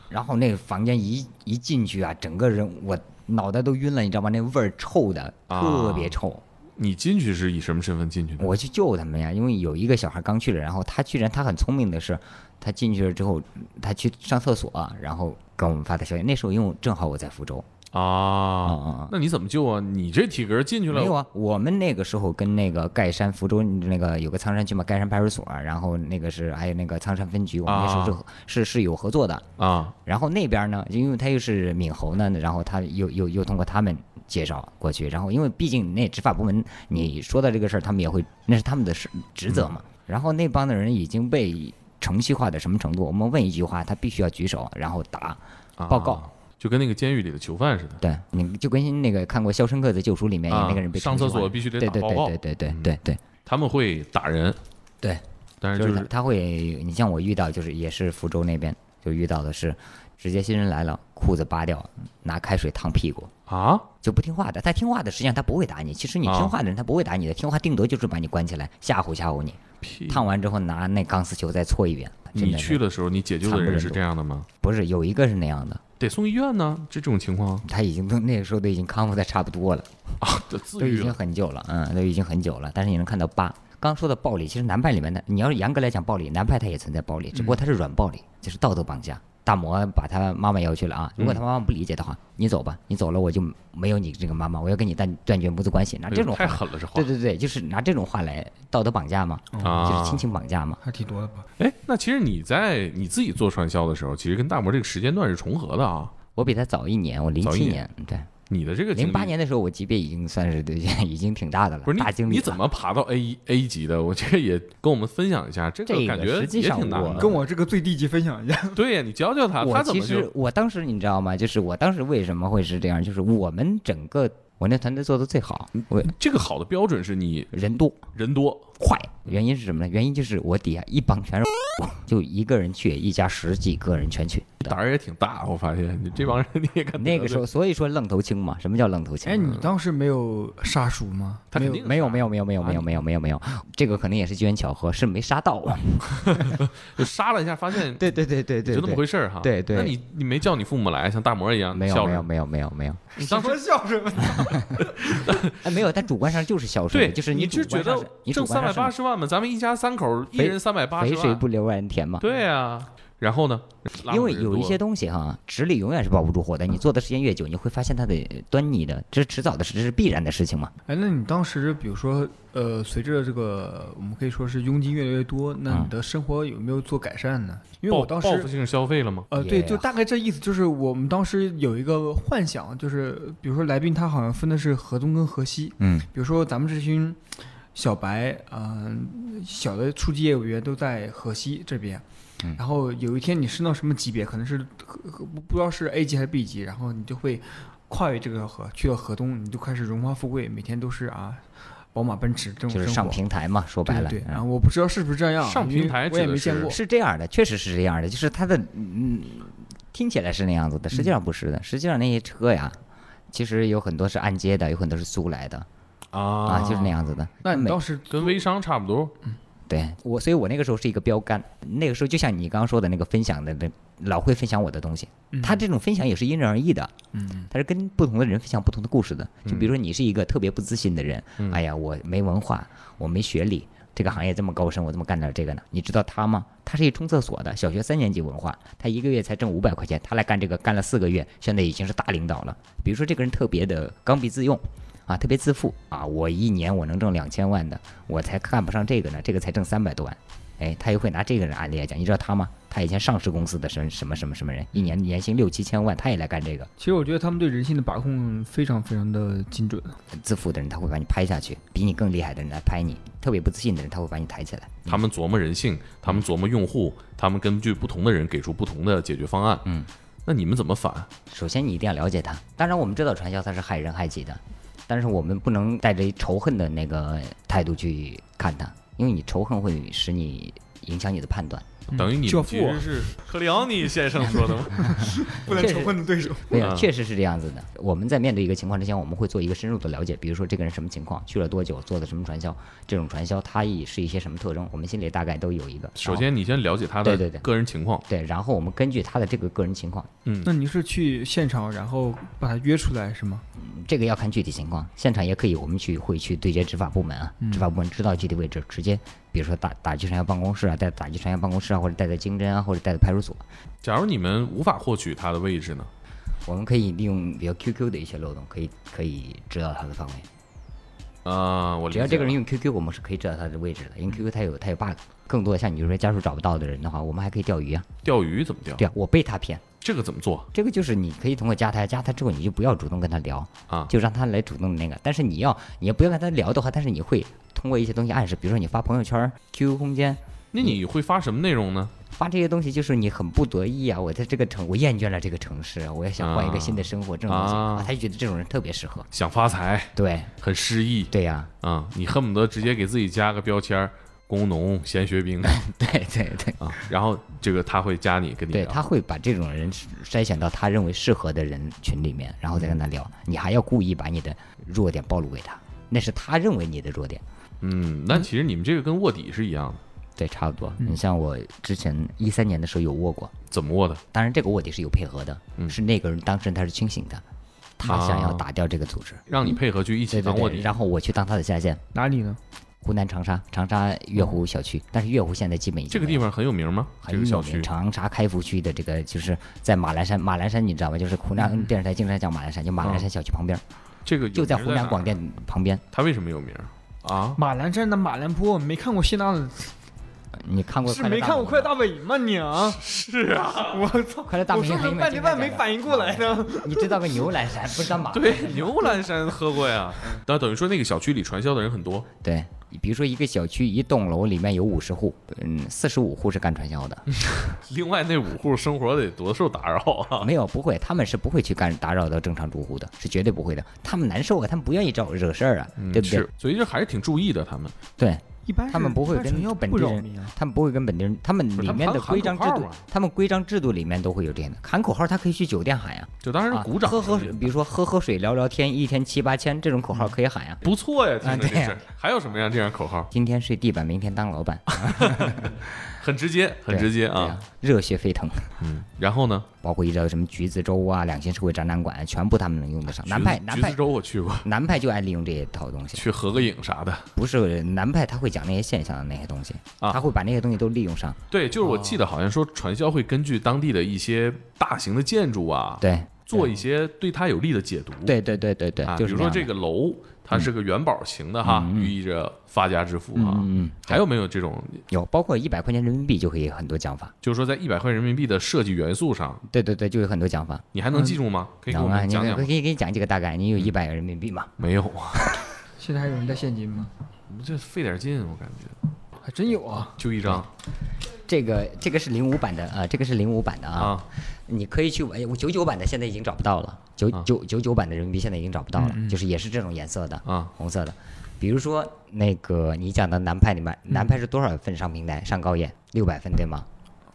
Speaker 2: 然后那个房间一一进去啊，整个人我脑袋都晕了，你知道吗？那味儿臭的
Speaker 1: 啊
Speaker 2: 特别臭。
Speaker 1: 你进去是以什么身份进去的？
Speaker 2: 我去救他们呀，因为有一个小孩刚去了，然后他居然他很聪明的是，他进去了之后，他去上厕所、啊然后跟我们发的消息。那时候因为我正好我在福州，
Speaker 1: 啊，
Speaker 2: 啊啊啊！
Speaker 1: 那你怎么救啊？你这体格进去了
Speaker 2: 没有啊，我们那个时候跟那个盖山福州那个有个苍山区嘛，盖山派出所，然后那个是还有那个苍山分局，我们那时候是、是是有合作的。
Speaker 1: 啊
Speaker 2: 然后那边呢，因为他又是闽侯呢，然后他又又又通过他们介绍过去，然后因为毕竟那执法部门你说到这个事儿，他们也会那是他们的事职责
Speaker 1: 嗯
Speaker 2: 嘛。然后那帮的人已经被程序化到什么程度？我们问一句话，他必须要举手，然后答。
Speaker 1: 啊！
Speaker 2: 报告，
Speaker 1: 就跟那个监狱里的囚犯似的。
Speaker 2: 对，你就跟那个看过《肖申克的救赎》里面、
Speaker 1: 啊
Speaker 2: 那个人被
Speaker 1: 上厕
Speaker 2: 程序化
Speaker 1: 所必须得
Speaker 2: 对
Speaker 1: 打
Speaker 2: 对
Speaker 1: 报
Speaker 2: 对
Speaker 1: 告嗯
Speaker 2: 对对对对对。
Speaker 1: 他们会打人，
Speaker 2: 对，
Speaker 1: 但是
Speaker 2: 就
Speaker 1: 就是
Speaker 2: 他
Speaker 1: 是
Speaker 2: 他会，你像我遇到就是也是福州那边就遇到的是，直接新人来了，裤子扒掉，拿开水烫屁股，
Speaker 1: 啊，
Speaker 2: 就不听话的。他听话的，实际上他不会打你。其实你
Speaker 1: 啊
Speaker 2: 听话的人他不会打你的，听话顶多就是把你关起来，吓唬吓唬你。
Speaker 1: 屁
Speaker 2: 烫完之后拿那钢丝球再搓一遍。真
Speaker 1: 你
Speaker 2: 的
Speaker 1: 去
Speaker 2: 是
Speaker 1: 的时候，你解救的
Speaker 2: 惨不
Speaker 1: 人
Speaker 2: 忍
Speaker 1: 是
Speaker 2: 睹
Speaker 1: 这样的吗？
Speaker 2: 不是有一个是那样的，
Speaker 1: 得送医院呢，这种情 况
Speaker 2: 他已经都那个时候都已经康复的差不多了，
Speaker 1: 啊，这自
Speaker 2: 都已
Speaker 1: 愈
Speaker 2: 经
Speaker 1: 了
Speaker 2: 很久了，嗯，都已经很久了。但是你能看到疤。刚说的暴力，其实南派里面的，你要是严格来讲暴力，南派它也存在暴力，只
Speaker 1: 嗯
Speaker 2: 不过它是软暴力，就是道德绑架。大魔把他妈妈要去了啊！如
Speaker 1: 嗯
Speaker 2: 果他妈妈不理解的话，你走吧，你走了我就没有你这个妈妈，我要跟你断断绝母子关系。拿
Speaker 1: 哎
Speaker 2: 啊这
Speaker 1: 呦
Speaker 2: 种
Speaker 1: 太，
Speaker 2: 话
Speaker 1: 狠了，这话
Speaker 2: 对对对，就是拿这种话来道德绑架嘛，就
Speaker 1: 啊
Speaker 2: 是亲情绑架嘛。
Speaker 4: 嗯还挺多的吧？
Speaker 1: 哎，那其实你在你自己做传销的时候，其实跟大魔这个时间段是重合的啊。
Speaker 2: 我比他早一年，我零
Speaker 1: 早一
Speaker 2: 七
Speaker 1: 年
Speaker 2: 年，嗯对，
Speaker 1: 你的这个经
Speaker 2: 零八
Speaker 1: 历
Speaker 2: 年的时候我级别已经算是对，已经挺大的了，
Speaker 1: 不是
Speaker 2: 大经
Speaker 1: 你
Speaker 2: 理
Speaker 1: 你
Speaker 2: 了
Speaker 1: 怎么爬到 A 一 A 级的？我这个也跟我们分享一下，这
Speaker 2: 这个
Speaker 1: 感觉
Speaker 2: 实际
Speaker 1: 也
Speaker 2: 上
Speaker 1: 挺难
Speaker 2: 我
Speaker 1: 的。
Speaker 4: 跟我这个最低级分享一下，
Speaker 1: 对呀，你教教他，
Speaker 2: 我
Speaker 1: 啊他怎
Speaker 2: 其
Speaker 1: 么
Speaker 2: 实
Speaker 1: 就
Speaker 2: 我当时你知道吗？就是我当时为什么会是这样？就是我们整个我那团队做的最好，我
Speaker 1: 这个好的标准是你
Speaker 2: 人多
Speaker 1: 人多
Speaker 2: 快，原因是什么呢？原因就是我底下一帮全是， 就一个人去，一家十几个人全去。
Speaker 1: 胆儿也挺大，我发现你这帮人你也敢
Speaker 2: 那个时
Speaker 1: 候
Speaker 2: 候，所以说愣头青嘛，什么叫愣头青？啊
Speaker 4: 哎，你当时没有杀熟吗？
Speaker 1: 他
Speaker 4: 没
Speaker 1: 肯
Speaker 4: 有，
Speaker 1: 定
Speaker 2: 没有没有没有没有没有没有没有没有，这个可能也是机缘巧合，是没杀到啊 我。
Speaker 1: 就杀了一下，发现
Speaker 2: 对对对对对
Speaker 1: 就那么
Speaker 2: 对，
Speaker 1: 回事儿哈。
Speaker 2: 对对
Speaker 1: 那你你没叫你父母来，像大魔一样
Speaker 2: 没有
Speaker 1: 孝
Speaker 2: 没有
Speaker 1: 顺。
Speaker 2: 没有没有 没有，
Speaker 1: 你
Speaker 4: 什
Speaker 1: 当时
Speaker 4: 么孝顺？
Speaker 2: 哎没有，但主观上就是孝顺
Speaker 1: 对，
Speaker 2: 的，就是
Speaker 1: 你
Speaker 2: 主
Speaker 1: 就觉
Speaker 2: 观上
Speaker 1: 得
Speaker 2: 是你主
Speaker 1: 挣
Speaker 2: 观
Speaker 1: 三百
Speaker 2: 上
Speaker 1: 八
Speaker 2: 是
Speaker 1: 十万嘛，咱们一家三口儿一
Speaker 2: 肥
Speaker 1: 人三百八
Speaker 2: 肥
Speaker 1: 十
Speaker 2: 水
Speaker 1: 万，
Speaker 2: 不流外人田嘛。
Speaker 1: 对啊。然后呢？
Speaker 2: 因为有一些东西哈，纸里永远是保不住火的。你做的时间越久，你会发现它的端倪的，这是迟早的事，这是必然的事情嘛。
Speaker 4: 哎，那你当时比如说，呃，随着这个我们可以说是佣金越来越多，那你的生活有没有做改善呢？因为
Speaker 1: 嗯报
Speaker 4: 我当时
Speaker 1: 报复性消费了吗？
Speaker 4: 呃，对，
Speaker 2: Yeah
Speaker 4: 就大概这意思，就是我们当时有一个幻想，就是比如说来宾他好像分的是河东跟河西，
Speaker 2: 嗯，
Speaker 4: 比如说咱们这群小白，嗯、小的初级业务员都在河西这边，然后有一天你升到什么级别，可能是不不知道是 A 级还是 B 级，然后你就会跨越这个河，去到河东，你就开始荣华富贵，每天都是啊，宝马奔驰这种
Speaker 2: 就
Speaker 4: 生活，
Speaker 2: 是上平台嘛，说白了，
Speaker 4: 对对对，然
Speaker 2: 嗯
Speaker 4: 后我不知道是不是这样，
Speaker 1: 上
Speaker 4: 因为
Speaker 1: 平台
Speaker 4: 我也
Speaker 1: 指的
Speaker 4: 没见
Speaker 1: 是
Speaker 4: 过，
Speaker 2: 是这样的，确实是这样的，就是它的嗯，听起来是那样子的，实际上不是的。实际上那些车呀，其实有很多是按揭的，有很多是租来的啊，
Speaker 1: 啊
Speaker 2: 就是那样子的。
Speaker 4: 那你
Speaker 2: 每
Speaker 4: 当时
Speaker 1: 跟微商差不多。
Speaker 2: 对我，所以我那个时候是一个标杆。那个时候就像你刚刚说的那个分享的，那老会分享我的东西，他这种分享也是因人而异的，
Speaker 4: 嗯，
Speaker 2: 他是跟不同的人分享不同的故事的。就比如说你是一个特别不自信的人，
Speaker 1: 嗯
Speaker 2: 哎呀，我没文化，我没学历。这个行业这么高深，我怎么干点这个呢？你知道他吗？他是一冲厕所的，小学三年级文化，他一个月才挣五百块钱，他来干这个干了四个月，现在已经是大领导了。比如说这个人特别的刚愎自用，啊，特别自负啊，我一年我能挣两千万的，我才看不上这个呢，这个才挣三百多万。哎，他又会拿这个人案例来讲，你知道他吗？他以前上市公司的什什么什么什么人，一年年薪六七千万，他也来干这个。
Speaker 4: 其实我觉得他们对人性的把控非常非常的精准。
Speaker 2: 自负的人他会把你拍下去，比你更厉害的人来拍你，特别不自信的人他会把你抬起来。
Speaker 1: 他们琢磨人性，他们琢磨用户，他们根据不同的人给出不同的解决方案。
Speaker 2: 嗯，
Speaker 1: 那你们怎么反？
Speaker 2: 首先你一定要了解他。当然，我们知道传销它是害人害己的，但是我们不能带着仇恨的那个态度去看它，因为你仇恨会使你影响你的判断。
Speaker 1: 等于你
Speaker 4: 教
Speaker 1: 们
Speaker 4: 父
Speaker 1: 其实是克里昂尼先生说的吗？
Speaker 4: 不
Speaker 2: 能仇
Speaker 4: 恨的对手。
Speaker 2: 对啊，
Speaker 1: 嗯
Speaker 2: 确实是这样子的。我们在面对一个情况之前，我们会做一个深入的了解，比如说这个人什么情况，去了多久，做的什么传销，这种传销它也是一些什么特征，我们心里大概都有一个。
Speaker 1: 首
Speaker 2: 然后，
Speaker 1: 先，你先了解他的
Speaker 2: 对对对
Speaker 1: 个人情况。
Speaker 2: 对，然后我们根据他的这个个人情况，
Speaker 1: 嗯，
Speaker 4: 那你是去现场，然后把他约出来是吗？
Speaker 2: 嗯这个要看具体情况，现场也可以，我们去会去对接执法部门啊，
Speaker 1: 嗯
Speaker 2: 执法部门知道具体位置，直接比如说打打击传销办公室啊，带打击传销办公室啊，或者带到经侦啊，或者带到派出所，
Speaker 1: 假如你们无法获取他的位置呢？
Speaker 2: 我们可以利用比如 QQ 的一些漏洞，可以可以知道他的范围。
Speaker 1: 啊，我理
Speaker 2: 只
Speaker 1: 解
Speaker 2: 要
Speaker 1: 了
Speaker 2: 这个人用 QQ，我们是可以知道他的位置的，因为 QQ 它有它有 bug。更多的像你说家属找不到的人的话，我们还可以钓鱼啊。
Speaker 1: 钓鱼怎么钓？
Speaker 2: 对啊，我被他骗，
Speaker 1: 这个怎么做
Speaker 2: 这个就是你可以通过加他，加他之后你就不要主动跟他聊，
Speaker 1: 啊？
Speaker 2: 就让他来主动的那个。但是你要你要不要跟他聊的话，但是你会通过一些东西暗示，比如说你发朋友圈、QQ 空间。
Speaker 1: 那你会发什么内容呢？
Speaker 2: 发这些东西就是你很不得意啊！我在这个城，我厌倦了这个城市，啊我也想换一个新的生活，这种东西
Speaker 1: 啊
Speaker 2: 啊，他就觉得这种人特别适合。
Speaker 1: 想发财，
Speaker 2: 对
Speaker 1: 很诗意
Speaker 2: 对呀、
Speaker 1: 啊！你恨不得直接给自己加个标签儿，工农、闲学 兵
Speaker 2: 对对对。
Speaker 1: 啊。然后这个他会加你，跟你
Speaker 2: 对
Speaker 1: 聊。
Speaker 2: 他会把这种人筛选到他认为适合的人群里面，然后再跟他聊。
Speaker 1: 嗯
Speaker 2: 你还要故意把你的弱点暴露给他，那是他认为你的弱点。
Speaker 1: 嗯，那其实你们这个跟卧底是一样的，
Speaker 2: 对，差不多。
Speaker 1: 嗯
Speaker 2: 你像我之前一三年的时候有卧过，
Speaker 1: 怎么卧的？
Speaker 2: 当然这个卧底是有配合的，
Speaker 1: 嗯
Speaker 2: 是那个人当事人他是清醒的，他想要打掉这个组织，
Speaker 1: 让你配合啊去一起
Speaker 2: 对对
Speaker 1: 当卧
Speaker 2: 对。
Speaker 1: 底。
Speaker 2: 然后我去当他的下线，
Speaker 4: 哪里呢？
Speaker 2: 湖南长沙，长沙月湖小区，但是月湖现在基本已经
Speaker 1: 嗯这个
Speaker 2: 没
Speaker 1: 地
Speaker 2: 有
Speaker 1: 方很有名吗？这
Speaker 2: 很
Speaker 1: 个
Speaker 2: 有
Speaker 1: 小
Speaker 2: 名，
Speaker 1: 区
Speaker 2: 长沙开福区的这个就是在马栏山，马栏山你知道吧？就是湖
Speaker 1: 嗯
Speaker 2: 南电视台经常讲马栏山，就马栏山小区旁边。
Speaker 1: 这个有
Speaker 2: 就在
Speaker 1: 名
Speaker 2: 湖南
Speaker 1: 哪
Speaker 2: 广
Speaker 1: 儿，啊
Speaker 2: 电旁边。
Speaker 1: 它为什么有名啊？
Speaker 4: 马栏山的马兰坡，没看过谢娜的，
Speaker 2: 你看过？
Speaker 4: 是没看过《快乐大本营》吗？你啊，是啊， 我操！
Speaker 2: 快乐大
Speaker 4: 我
Speaker 2: 本营
Speaker 4: 说
Speaker 2: 很有
Speaker 4: 了
Speaker 2: 名
Speaker 4: 半天半没反应过来呢。
Speaker 2: 你知道个牛栏山，不知道马。
Speaker 1: 对，牛栏山喝过呀。那等于说那个小区里传销的人很多，
Speaker 2: 对，比如说一个小区一栋楼里面有五十户，嗯，四十五户是干传销的，
Speaker 1: 另外那五户生活得多受打扰啊！
Speaker 2: 没有不会，他们是不会去干打扰到正常住户的，是绝对不会的。他们难受啊，他们不愿意找惹事儿啊，对不对
Speaker 1: 嗯是？，所以这还是挺注意的。他们
Speaker 2: 对
Speaker 4: 一般是
Speaker 2: 他们不会
Speaker 4: 一般传销
Speaker 2: 跟本
Speaker 4: 不
Speaker 2: 地
Speaker 4: 扰
Speaker 2: 人
Speaker 4: 民啊。
Speaker 2: 他们不会跟本地人，他们
Speaker 1: 不是
Speaker 2: 里
Speaker 1: 他们
Speaker 2: 面的
Speaker 1: 喊
Speaker 2: 规章制
Speaker 1: 喊口
Speaker 2: 度
Speaker 1: 号啊嘛，
Speaker 2: 他们规章制度里面都会有这样的喊口号，他可以去酒店喊呀，
Speaker 1: 就当然
Speaker 2: 啊
Speaker 1: 是鼓掌
Speaker 2: 喝
Speaker 1: 声
Speaker 2: 喝
Speaker 1: 音，
Speaker 2: 水，比如说喝喝水，聊聊天，一天七八千这种口
Speaker 1: 嗯
Speaker 2: 号可以喊呀。
Speaker 1: 不错呀，听
Speaker 2: 啊
Speaker 1: 着这
Speaker 2: 对
Speaker 1: 事儿。还有什么样这样口号？
Speaker 2: 今天睡地板，明天当老板，
Speaker 1: 很直接，很直接
Speaker 2: 对
Speaker 1: 啊。
Speaker 2: 呀，热血沸腾。
Speaker 1: 嗯，然后呢？
Speaker 2: 包括一直到什么橘子洲啊、两性社会展览馆，全部他们能用得上。南派南
Speaker 1: 橘
Speaker 2: 派
Speaker 1: 子洲我去过，
Speaker 2: 南派就爱利用这一套东西，
Speaker 1: 去合个影啥的。
Speaker 2: 不是南派他会讲那些现象的那些东西，
Speaker 1: 啊
Speaker 2: 他会把那些东西都利用上。
Speaker 1: 对，就是我记得好像说传销会根据当地的一些大型的建筑啊，
Speaker 2: 对
Speaker 1: 做一些对它有利的解读。
Speaker 2: 对对对对对，
Speaker 1: 啊，
Speaker 2: 就
Speaker 1: 比
Speaker 2: 是
Speaker 1: 如说
Speaker 2: 样的嗯
Speaker 1: 这个楼它是个元宝型的哈，寓意着发家致富哈。
Speaker 2: 嗯嗯嗯
Speaker 1: 还有没有这种，
Speaker 2: 有包括一百块钱人民币就可以有很多讲法。
Speaker 1: 就是说在一百块人民币的设计元素上，
Speaker 2: 对对对，就有很多讲法。
Speaker 1: 你还能记住吗？可以给
Speaker 2: 能
Speaker 1: 我
Speaker 2: 啊，
Speaker 1: 们
Speaker 2: 你
Speaker 1: 讲嗯
Speaker 2: 可
Speaker 1: 讲
Speaker 2: 以
Speaker 1: 吗？
Speaker 2: 给给你讲几个大概，你有一百人民币嘛？
Speaker 1: 没有啊，
Speaker 4: 现在还有人带现金吗？
Speaker 1: 我们这费点劲，我感觉
Speaker 4: 还真有啊！
Speaker 1: 就一张
Speaker 2: 这个这个是零五版的啊，这个是零五版的啊，
Speaker 1: 啊，
Speaker 2: 你可以去哎，我九九版的现在已经找不到了，九
Speaker 1: 啊
Speaker 2: 九九九版的人民币现在已经找不到了，就是也是这种颜色的
Speaker 1: 啊，
Speaker 2: 红色的。比如说那个你讲的南派里面，南派是多少份上平台上高演？六百份对吗？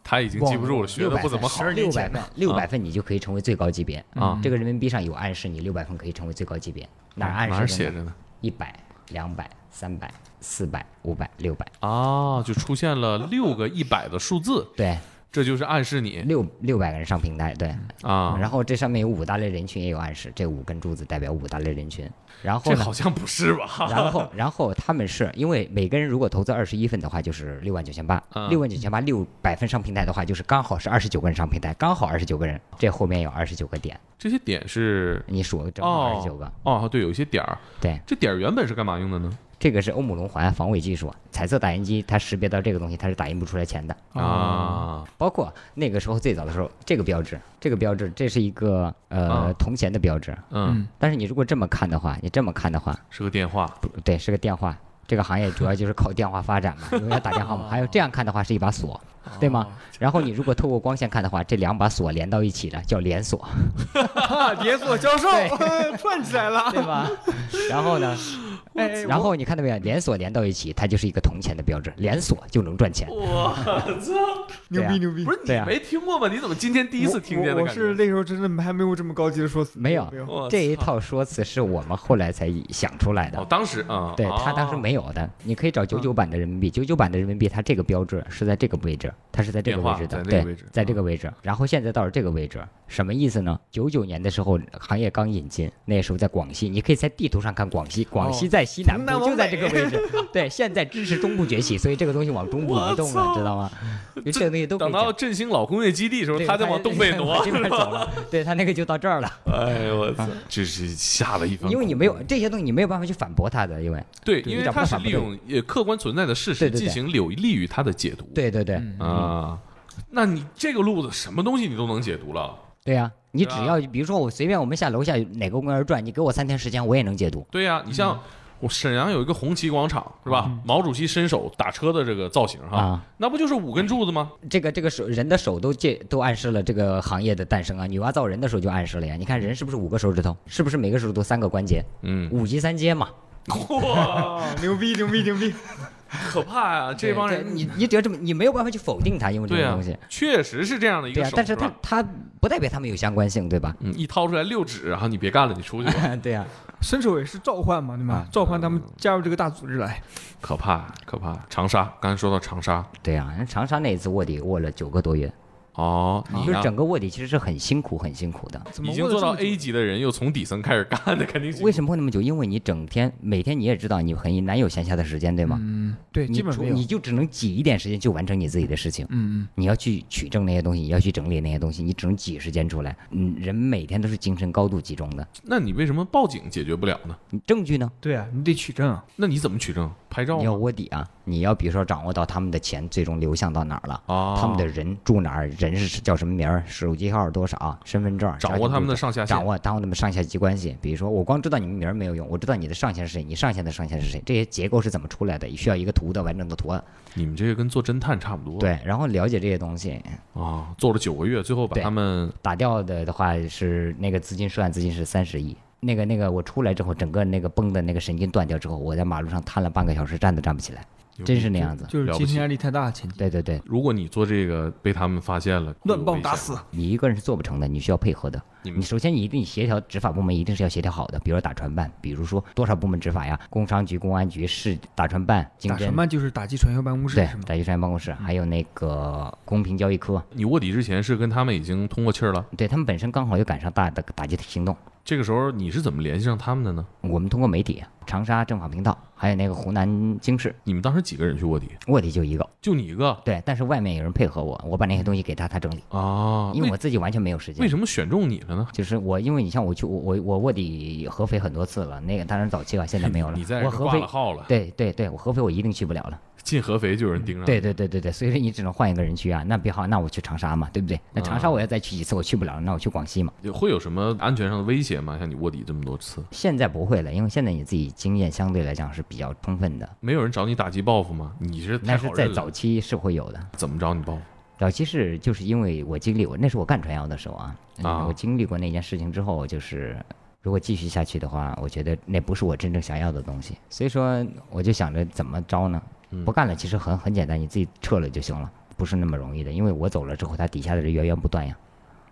Speaker 1: 他已经记不住了，学
Speaker 2: 六
Speaker 1: 的
Speaker 2: 百
Speaker 1: 不怎么好
Speaker 2: 份，六百份，啊六百份你就可以成为最高级别
Speaker 1: 啊
Speaker 2: 这个人民币上有暗示，你六百份可以成为最高级别，哪儿暗示？
Speaker 1: 哪儿写着呢？
Speaker 2: 一百、两百、三百、四百、五百、六百，
Speaker 1: 啊，就出现了六个一百的数字，
Speaker 2: 对，
Speaker 1: 这就是暗示你
Speaker 2: 六六百个人上平台，对。
Speaker 1: 啊。
Speaker 2: 嗯然后这上面有五大类人群也有暗示，这五根柱子代表五大类人群。然后
Speaker 1: 这
Speaker 2: 呢
Speaker 1: 好？像不是吧？
Speaker 2: 然后，然后他们是因为每个人如果投资二十一份的话，就是六万九千八，
Speaker 1: 嗯
Speaker 2: 六万九千八六百分上平台的话，就是刚好是二十九个人上平台，刚好二十九个人，这后面有二十九个点，
Speaker 1: 这些点是
Speaker 2: 你数正好二
Speaker 1: 哦
Speaker 2: 十九个。
Speaker 1: 哦，对，有一些点儿，
Speaker 2: 对，
Speaker 1: 这点儿原本是干嘛用的呢？
Speaker 2: 这个是欧姆龙环防伪技术，彩色打印机它识别到这个东西，它是打印不出来钱的。
Speaker 1: 啊，
Speaker 2: 包括那个时候最早的时候，这个标志，这个标志，这是一个呃
Speaker 1: 啊
Speaker 2: 铜钱的标志。
Speaker 1: 嗯，
Speaker 2: 但是你如果这么看的话，你这么看的话，
Speaker 1: 是个电话，
Speaker 2: 不对，是个电话。这个行业主要就是靠电话发展嘛，因为要打电话嘛。还有这样看的话是一把锁，对吗？然后你如果透过光线看的话，这两把锁连到一起了，叫连锁，
Speaker 4: 啊， 连锁销售 串起来了。
Speaker 2: 对吧？然后呢，
Speaker 4: 哎，
Speaker 2: 然后你看到没有，连锁连到一起，它就是一个铜钱的标志，连锁就能赚钱。
Speaker 4: 哦
Speaker 1: 我操！
Speaker 4: 牛
Speaker 2: 对啊
Speaker 4: 逼牛逼！
Speaker 1: 不是
Speaker 2: 对
Speaker 1: 你
Speaker 2: 啊
Speaker 1: 没听过吗？你怎么今天第一次听见的
Speaker 4: 我我
Speaker 1: 感
Speaker 4: 是
Speaker 1: 觉？
Speaker 4: 那时候真的还没有这么高级的说辞，
Speaker 2: 没有
Speaker 1: 我
Speaker 2: 这一套说辞是我们后来才想出来的
Speaker 1: 哦，。当时啊，
Speaker 2: 对他当时
Speaker 1: 哦嗯
Speaker 2: 没有的，你可以找九九版的人民币，九九版的人民币，它这个标志是在这个位置，它是在这个
Speaker 1: 变化
Speaker 2: 位置
Speaker 1: 在
Speaker 2: 的，
Speaker 1: 那个位
Speaker 2: 对
Speaker 1: 置，嗯
Speaker 2: 在这个位置。然后现在到了这个位置，什么意思呢？九九年的时候，行业刚引进，那时候在广西，你可以在地图上看广西，广
Speaker 1: 哦
Speaker 2: 西在西南
Speaker 4: 从南
Speaker 2: 部，
Speaker 4: 往
Speaker 2: 就在这个 位置。对，现在支持中部崛起，所以这个东西往中部移动了，知 道吗？就这个东西都可
Speaker 1: 等
Speaker 2: 以
Speaker 1: 到
Speaker 2: 讲。
Speaker 1: 振兴老工业基地的时候，
Speaker 2: 对
Speaker 1: 他再往东北挪
Speaker 2: 往。 这边走了。对他那个就到这儿了，
Speaker 1: 哎呦我操！这是下了一番苦。
Speaker 2: 啊因为你没
Speaker 1: 嗯
Speaker 2: 有这些东西，你没有办法去反驳他的，因为
Speaker 1: 对，
Speaker 2: 对
Speaker 1: 因
Speaker 2: 你
Speaker 1: 为
Speaker 2: 找不
Speaker 1: 它
Speaker 2: 到
Speaker 1: 是
Speaker 2: 反
Speaker 1: 利
Speaker 2: 驳
Speaker 1: 用也客观存在的事实
Speaker 2: 对对对
Speaker 1: 进行有利于它的解读。
Speaker 2: 对对对。
Speaker 4: 嗯
Speaker 1: 啊，那你这个路子什么东西你都能解读了？
Speaker 2: 对呀、你
Speaker 1: 对
Speaker 2: 只
Speaker 1: 啊
Speaker 2: 要比如说我随便我们下楼下哪个公园转，你给我三天时间，我也能解读。
Speaker 1: 对呀、你
Speaker 2: 嗯
Speaker 1: 像我沈阳有一个红旗广场是吧？毛主席伸手打车的这个造型哈
Speaker 2: 啊，
Speaker 1: 那不就是五根柱子吗？
Speaker 2: 这个这个手人的手都这都暗示了这个行业的诞生啊，女娲造人的时候就暗示了呀。你看人是不是五个手指头？是不是每个手指头三个关节？
Speaker 1: 嗯，
Speaker 2: 五级三阶嘛。
Speaker 4: 啊，牛逼牛逼牛逼！
Speaker 1: 可怕呀、这
Speaker 2: 对
Speaker 1: 帮
Speaker 2: 对
Speaker 1: 人
Speaker 2: 你你只要这么，你没有办法去否定它，因为这
Speaker 1: 对
Speaker 2: 个
Speaker 1: 呀、
Speaker 2: 东西。
Speaker 1: 确实是这样的一
Speaker 2: 对
Speaker 1: 个
Speaker 2: 呀、
Speaker 1: 手，
Speaker 2: 但是
Speaker 1: 吧
Speaker 2: 它它不代表它们有相关性，对吧？
Speaker 1: 嗯，一掏出来六指，然后你别干了，你出去吧。
Speaker 2: 对呀、
Speaker 4: 伸手也是召唤嘛，对吗？召唤他们加入这个大组织来。
Speaker 1: 可怕，可怕！长沙，刚才说到长沙，
Speaker 2: 对呀、人长沙那一次卧底卧了九个多月，
Speaker 1: 哦，你
Speaker 2: 就是
Speaker 1: 呢
Speaker 2: 整个卧底其实是很辛苦很辛苦的。
Speaker 4: 怎么
Speaker 1: 已经
Speaker 4: 问了
Speaker 1: 做到
Speaker 4: 这么久
Speaker 1: A 级的人，又从底层开始干的，肯定是
Speaker 2: 为什么会那么久？因为你整天每天你也知道你很难有闲暇的时间，对吗？
Speaker 4: 嗯，对，
Speaker 2: 你
Speaker 4: 基本
Speaker 2: 除
Speaker 4: 没有。
Speaker 2: 你就只能挤一点时间去完成你自己的事情。
Speaker 4: 嗯
Speaker 2: 你要去取证那些东西，你要去整理那些东西，你只能挤时间出来。嗯，人每天都是精神高度集中的。
Speaker 1: 那你为什么报警解决不了呢？
Speaker 2: 你证据呢
Speaker 4: 嗯？，对啊，你得取证啊。
Speaker 1: 那你怎么取证？拍照
Speaker 2: 你要
Speaker 1: 吗？
Speaker 2: 卧底啊！你要比如说掌握到他们的钱最终流向到哪儿了，
Speaker 1: 啊，
Speaker 2: 他们的人住哪儿，人是叫什么名儿，手机号多少，身份证，
Speaker 1: 掌握他们的上下线
Speaker 2: 掌握掌握他们上下级关系。比如说，我光知道你们名儿没有用，我知道你的上线是谁，你上线的上线是谁，这些结构是怎么出来的，需要一个图的完整的图案。
Speaker 1: 你们这个跟做侦探差不多。
Speaker 2: 对，然后了解这些东西，
Speaker 1: 啊，做了九个月，最后把
Speaker 2: 对
Speaker 1: 他们
Speaker 2: 打掉的的话是那个资金涉案资金是三十亿。那啊个那个，我出来之后，整个那个崩的那个神经断掉之后，我在马路上瘫了半个小时，站都站不起来。真是那样子。
Speaker 4: 就是竞争压力太大，前期
Speaker 2: 对对对，
Speaker 1: 如果你做这个被他们发现了，
Speaker 4: 乱棒打死，
Speaker 2: 你一个人是做不成的，你需要配合的。
Speaker 1: 你们
Speaker 2: 你首先你一定协调执法部门一定是要协调好的，比如说打船办，比如说多少部门执法呀，工商局、公安局、市打船办、经
Speaker 4: 打
Speaker 2: 侦
Speaker 4: 什，么就是打击传销办公室
Speaker 2: 对
Speaker 4: 是，吗？
Speaker 2: 打击船办公室，还有那个公平交易科，
Speaker 1: 你卧底之前是跟他们已经通过气儿了，
Speaker 2: 对他们本身刚好又赶上大的打击行动。
Speaker 1: 这个时候你是怎么联系上他们的呢？
Speaker 2: 我们通过媒体、长沙政法频道，还有那个湖南经视，
Speaker 1: 你们当时几个人去卧底？
Speaker 2: 卧底就一个，
Speaker 1: 就你一个
Speaker 2: 对，但是外面有人配合我，我把那些东西给他，他整理，
Speaker 1: 啊？
Speaker 2: 因为
Speaker 1: 为
Speaker 2: 我自己完全没有时间
Speaker 1: 为。什么选中你了呢？
Speaker 2: 就是我，因为你像我去我我我卧底合肥很多次了，那个当然早期了，啊现在没有 了。
Speaker 1: 你在
Speaker 2: 我
Speaker 1: 这
Speaker 2: 合
Speaker 1: 挂
Speaker 2: 肥
Speaker 1: 了，号了，
Speaker 2: 对对对，我合肥我一定去不了了。
Speaker 1: 进合肥就有人盯上。
Speaker 2: 对，对对对对，所以说你只能换一个人去啊。那别好，那我去长沙嘛，对不对？那长
Speaker 1: 嗯
Speaker 2: 沙我要再去一次，我去不了了，那我去广西嘛。
Speaker 1: 会有什么安全上的威胁吗？像你卧底这么多次，
Speaker 2: 现在不会了，因为现在你自己经验相对来讲是比较充分的，
Speaker 1: 没有人找你打击报复吗？你是太
Speaker 2: 但是
Speaker 1: 好
Speaker 2: 在
Speaker 1: 认
Speaker 2: 早
Speaker 1: 了，
Speaker 2: 期是会有的。
Speaker 1: 怎么找你报复？
Speaker 2: 早期是就是因为我经历过，那是我干传销的时候啊，嗯
Speaker 1: 啊
Speaker 2: 我经历过那件事情之后，就是如果继续下去的话，我觉得那不是我真正想要的东西，所以说我就想着怎么着呢？
Speaker 1: 嗯
Speaker 2: 不干了，其实很很简单，你自己撤了就行了。不是那么容易的，因为我走了之后，他底下的人源源不断呀。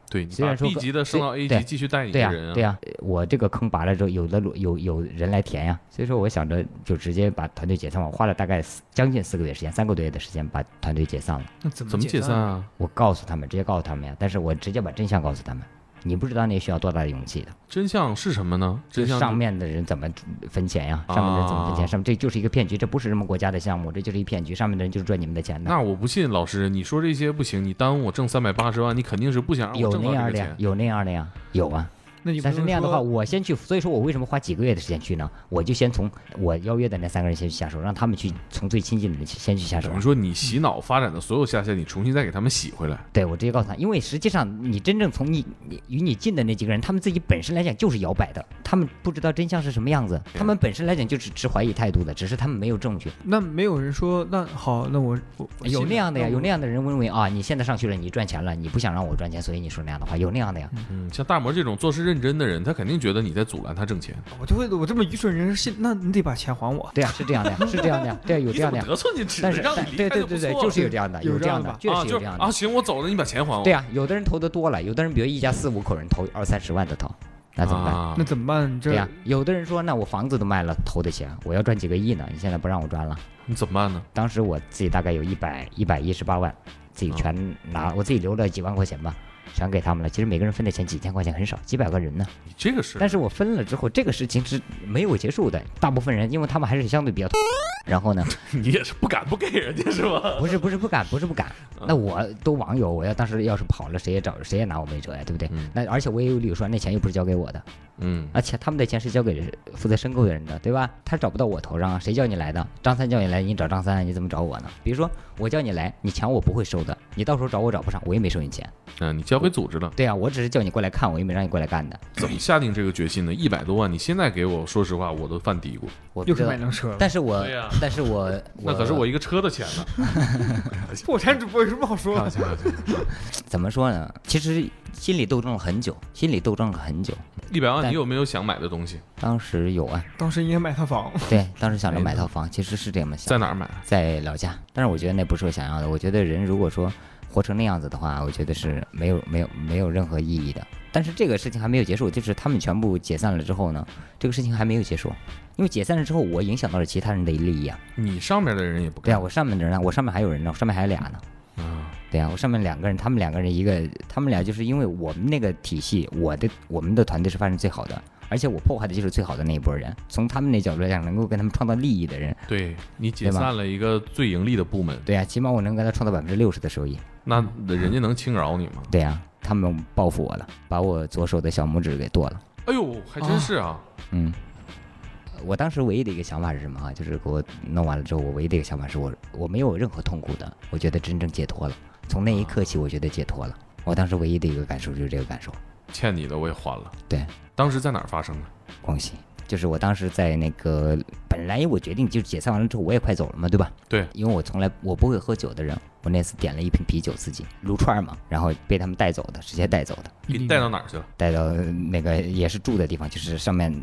Speaker 1: 对你
Speaker 2: 虽
Speaker 1: 把
Speaker 2: 然说
Speaker 1: B
Speaker 2: 个
Speaker 1: 级的升到
Speaker 2: 虽
Speaker 1: A
Speaker 2: 对
Speaker 1: 级，继续带你的
Speaker 2: 对呀、
Speaker 1: 人啊
Speaker 2: 对呀、呃我这个坑拔了之后，有的路有有人来填呀、所以说我想着就直接把团队解散。我花了大概四将近四个月时间，三个多月的时间把团队解散了。
Speaker 4: 那怎
Speaker 1: 怎么解
Speaker 4: 解
Speaker 1: 散？啊？
Speaker 2: 我告诉他们，直接告诉他们呀，但是我直接把真相告诉他们。你不知道那需要多大的勇气的，
Speaker 1: 真相是什么呢？
Speaker 2: 就
Speaker 1: 真
Speaker 2: 是
Speaker 1: 相
Speaker 2: 上面的人怎么分钱呀？上面的人怎么分钱？
Speaker 1: 啊
Speaker 2: 上面这就是一个骗局，这不是什么国家的项目，这就是一骗局。上面的人就是赚你们的钱的。
Speaker 1: 那我不信，老师，你说这些不行，你耽误我挣三百八十万，你肯定是不想让我
Speaker 2: 有
Speaker 1: 挣
Speaker 2: 那
Speaker 1: 到
Speaker 2: 样
Speaker 1: 这个
Speaker 2: 的呀
Speaker 1: 钱，。
Speaker 2: 有那样的呀，有啊。
Speaker 4: 那你不
Speaker 2: 但是
Speaker 4: 能
Speaker 2: 那样的话，
Speaker 4: 说
Speaker 2: 我先去，所以说我为什么花几个月的时间去呢？我就先从我邀约的那三个人先去下手，让他们去从最亲近的人去先去下手
Speaker 1: 等于。说你洗脑发展的所有下线，你重新再给他们洗回来。
Speaker 2: 对我直接告诉他，因为实际上你真正从你你与你近的那几个人，他们自己本身来讲就是摇摆的，他们不知道真相是什么样子，他们本身来讲就是持怀疑态度的，只是他们没有证据。
Speaker 4: 那没有人说那好，那我我我
Speaker 2: 哎有
Speaker 4: 信
Speaker 2: 那样的呀，
Speaker 4: 那我
Speaker 2: 有那样的人认为啊，你现在上去了，你赚钱了，你不想让我赚钱，所以你说那样的话，有那样的呀。
Speaker 1: 嗯，像大魔这种做事认真的人，他肯定觉得你在阻拦他挣钱。
Speaker 4: 我就会我这么愚蠢人信，那你得把钱还我。
Speaker 2: 对呀、是这样的呀，是这样 的呀，对、有
Speaker 1: 你
Speaker 2: 这
Speaker 1: 怎
Speaker 2: 样的
Speaker 1: 么
Speaker 2: 呀。
Speaker 1: 得寸进尺
Speaker 2: 但是，
Speaker 1: 让
Speaker 2: 但
Speaker 1: 你离
Speaker 2: 对
Speaker 1: 开
Speaker 2: 对
Speaker 1: 不
Speaker 2: 对
Speaker 1: 错
Speaker 2: 对，
Speaker 1: 了
Speaker 2: 就是有这样的，
Speaker 4: 有
Speaker 2: 有
Speaker 4: 这
Speaker 2: 样
Speaker 4: 样
Speaker 2: 的
Speaker 4: 的，
Speaker 2: 确
Speaker 1: 啊，
Speaker 2: 实有
Speaker 1: 就
Speaker 2: 这样的。
Speaker 1: 啊，行，我走了，你把钱还我。
Speaker 2: 对啊，有的人投的多了，有的人比如一家四五口人投二三十万的投，那怎么办？
Speaker 1: 啊
Speaker 4: 那怎么办？你这
Speaker 2: 对呀、有的人说，那我房子都卖了，投的钱，我要赚几个亿呢？你现在不让我赚了。
Speaker 1: 你怎么办呢？
Speaker 2: 当时我自己大概有一百一百一十八万，自己全拿，我自己留了几万块钱吧，全给他们了。其实每个人分的钱几千块钱很少，几百个人呢。
Speaker 1: 你这个事
Speaker 2: 但，是我分了之后，这个事情是没有结束的。大部分人，因为他们还是相对比较，然后呢，
Speaker 1: 你也是不敢不给人家是吧？
Speaker 2: 不是不是不敢，不是不敢。那我都网友，我要当时要是跑了，谁也找谁也拿我没辙呀，对 不对？
Speaker 1: 嗯
Speaker 2: 那而且我也有理由说，那钱又不是交给我的，
Speaker 1: 嗯，
Speaker 2: 而且他们的钱是交给负责申购的人的，对吧？他找不到我头上啊，谁叫你来的？张三叫你来，你找张三，你怎么找我呢？比如说我叫你来，你钱我不会收的，你到时候找我找不上，我也没收你钱。
Speaker 1: 嗯，你交给组织了，
Speaker 2: 对啊，我只是叫你过来看，我又没让你过来干的。
Speaker 1: 怎么下定这个决心呢？一百多万，你现在给我，说实话，我都犯嘀咕。
Speaker 2: 我不
Speaker 4: 又
Speaker 2: 知
Speaker 4: 是
Speaker 2: 道
Speaker 4: 买，辆车了，
Speaker 2: 但是我
Speaker 1: 对呀，
Speaker 2: 但是我，
Speaker 1: 那可是我一个车的钱 呢。
Speaker 4: 破产主播有什么好说
Speaker 1: 开
Speaker 4: 的
Speaker 1: 玩？笑开玩笑
Speaker 2: 怎么说呢？其实心里斗争了很久，心里斗争了很久。
Speaker 1: 一百万，
Speaker 2: 但
Speaker 1: 你有没有想买的东西？
Speaker 2: 当时有啊，
Speaker 4: 当时应该买套房，
Speaker 2: 对，当时想着买套房，其实是这么想，
Speaker 1: 在哪儿买？啊
Speaker 2: 在老家，但是我觉得那不是我想要的。我觉得人如果说活成那样子的话，我觉得是没有没有没有任何意义的。但是这个事情还没有结束，就是他们全部解散了之后呢，这个事情还没有结束，因为解散了之后，我影响到了其他人的利益啊。
Speaker 1: 你上面的人也不
Speaker 2: 对
Speaker 1: 干
Speaker 2: 啊，我上面的人啊，我上面还有人呢，我上面还有俩呢。
Speaker 1: 啊，
Speaker 2: 对啊，我上面两个人，他们两个人一个，他们俩就是因为我们那个体系，我的我们的团队是发展最好的，而且我破坏的就是最好的那一波人。从他们那角度来讲，能够跟他们创造利益的人，
Speaker 1: 对你解
Speaker 2: 对吧
Speaker 1: 散了一个最盈利的部门，
Speaker 2: 对啊，起码我能给他创造百分之六十的收益。
Speaker 1: 那
Speaker 2: 嗯
Speaker 1: 人家能轻饶你吗？
Speaker 2: 对啊，他们报复我了，把我左手的小拇指给剁了。
Speaker 1: 哎呦，还真是啊！
Speaker 2: 嗯，我当时唯一的一个想法是什么啊？就是给我弄完了之后，我唯一的一个想法是我我没有任何痛苦的，我觉得真正解脱了。从那一刻起，我觉得解脱了。我当时唯一的一个感受就是这个感受。
Speaker 1: 欠你的我也还了。
Speaker 2: 对，
Speaker 1: 当时在哪儿发生的？
Speaker 2: 恭喜！就是我当时在那个，本来我决定就解散完了之后我也快走了嘛，对吧？
Speaker 1: 对
Speaker 2: 因为我从来我不会喝酒的人，我那次点了一瓶啤酒自己撸串儿嘛，然后被他们带走的，直接带走的，
Speaker 1: 给你带到哪儿去了？
Speaker 2: 带到那个也是住的地方，就是上面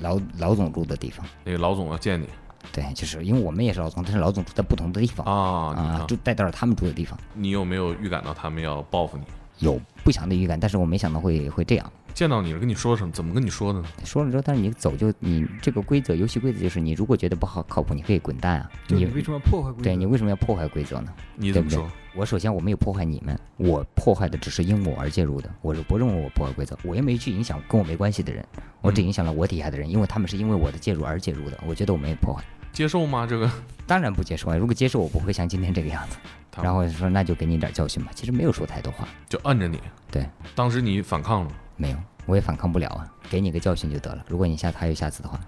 Speaker 2: 老老总住的地方。
Speaker 1: 那个老总要见你，
Speaker 2: 对，就是因为我们也是老总，但是老总住在不同的地方
Speaker 1: 啊你
Speaker 2: 啊
Speaker 1: 看，
Speaker 2: 就带到了他们住的地方，
Speaker 1: 你有没有预感到他们要报复你？
Speaker 2: 有不祥的预感，但是我没想到会会这样。
Speaker 1: 见到你了，跟你说什么？怎么跟你说的呢？
Speaker 2: 说了之后，但是你走就你这个规则，游戏规则就是你如果觉得不好靠谱，你可以滚蛋啊。
Speaker 4: 就
Speaker 2: 你
Speaker 4: 你为什么破坏规则？
Speaker 2: 对你为什么要破坏规则呢？
Speaker 1: 你怎么
Speaker 2: 对
Speaker 1: 说
Speaker 2: 不？我首先我没有破坏你们，我破坏的只是因我而介入的，我是不认为我破坏规则，我也没去影响跟我没关系的人，我只影响了我底下的人，因为他们是因为我的介入而介入的，我觉得我没有破坏，
Speaker 1: 接受吗？这个
Speaker 2: 当然不接受啊，如果接受我不会像今天这个样子。
Speaker 1: 他
Speaker 2: 然后说那就给你点教训吧，其实没有说太多话，
Speaker 1: 就摁着你。
Speaker 2: 对，
Speaker 1: 当时你反抗了吗，
Speaker 2: 没有，我也反抗不了啊，给你个教训就得了。如果你下次还有下次的话，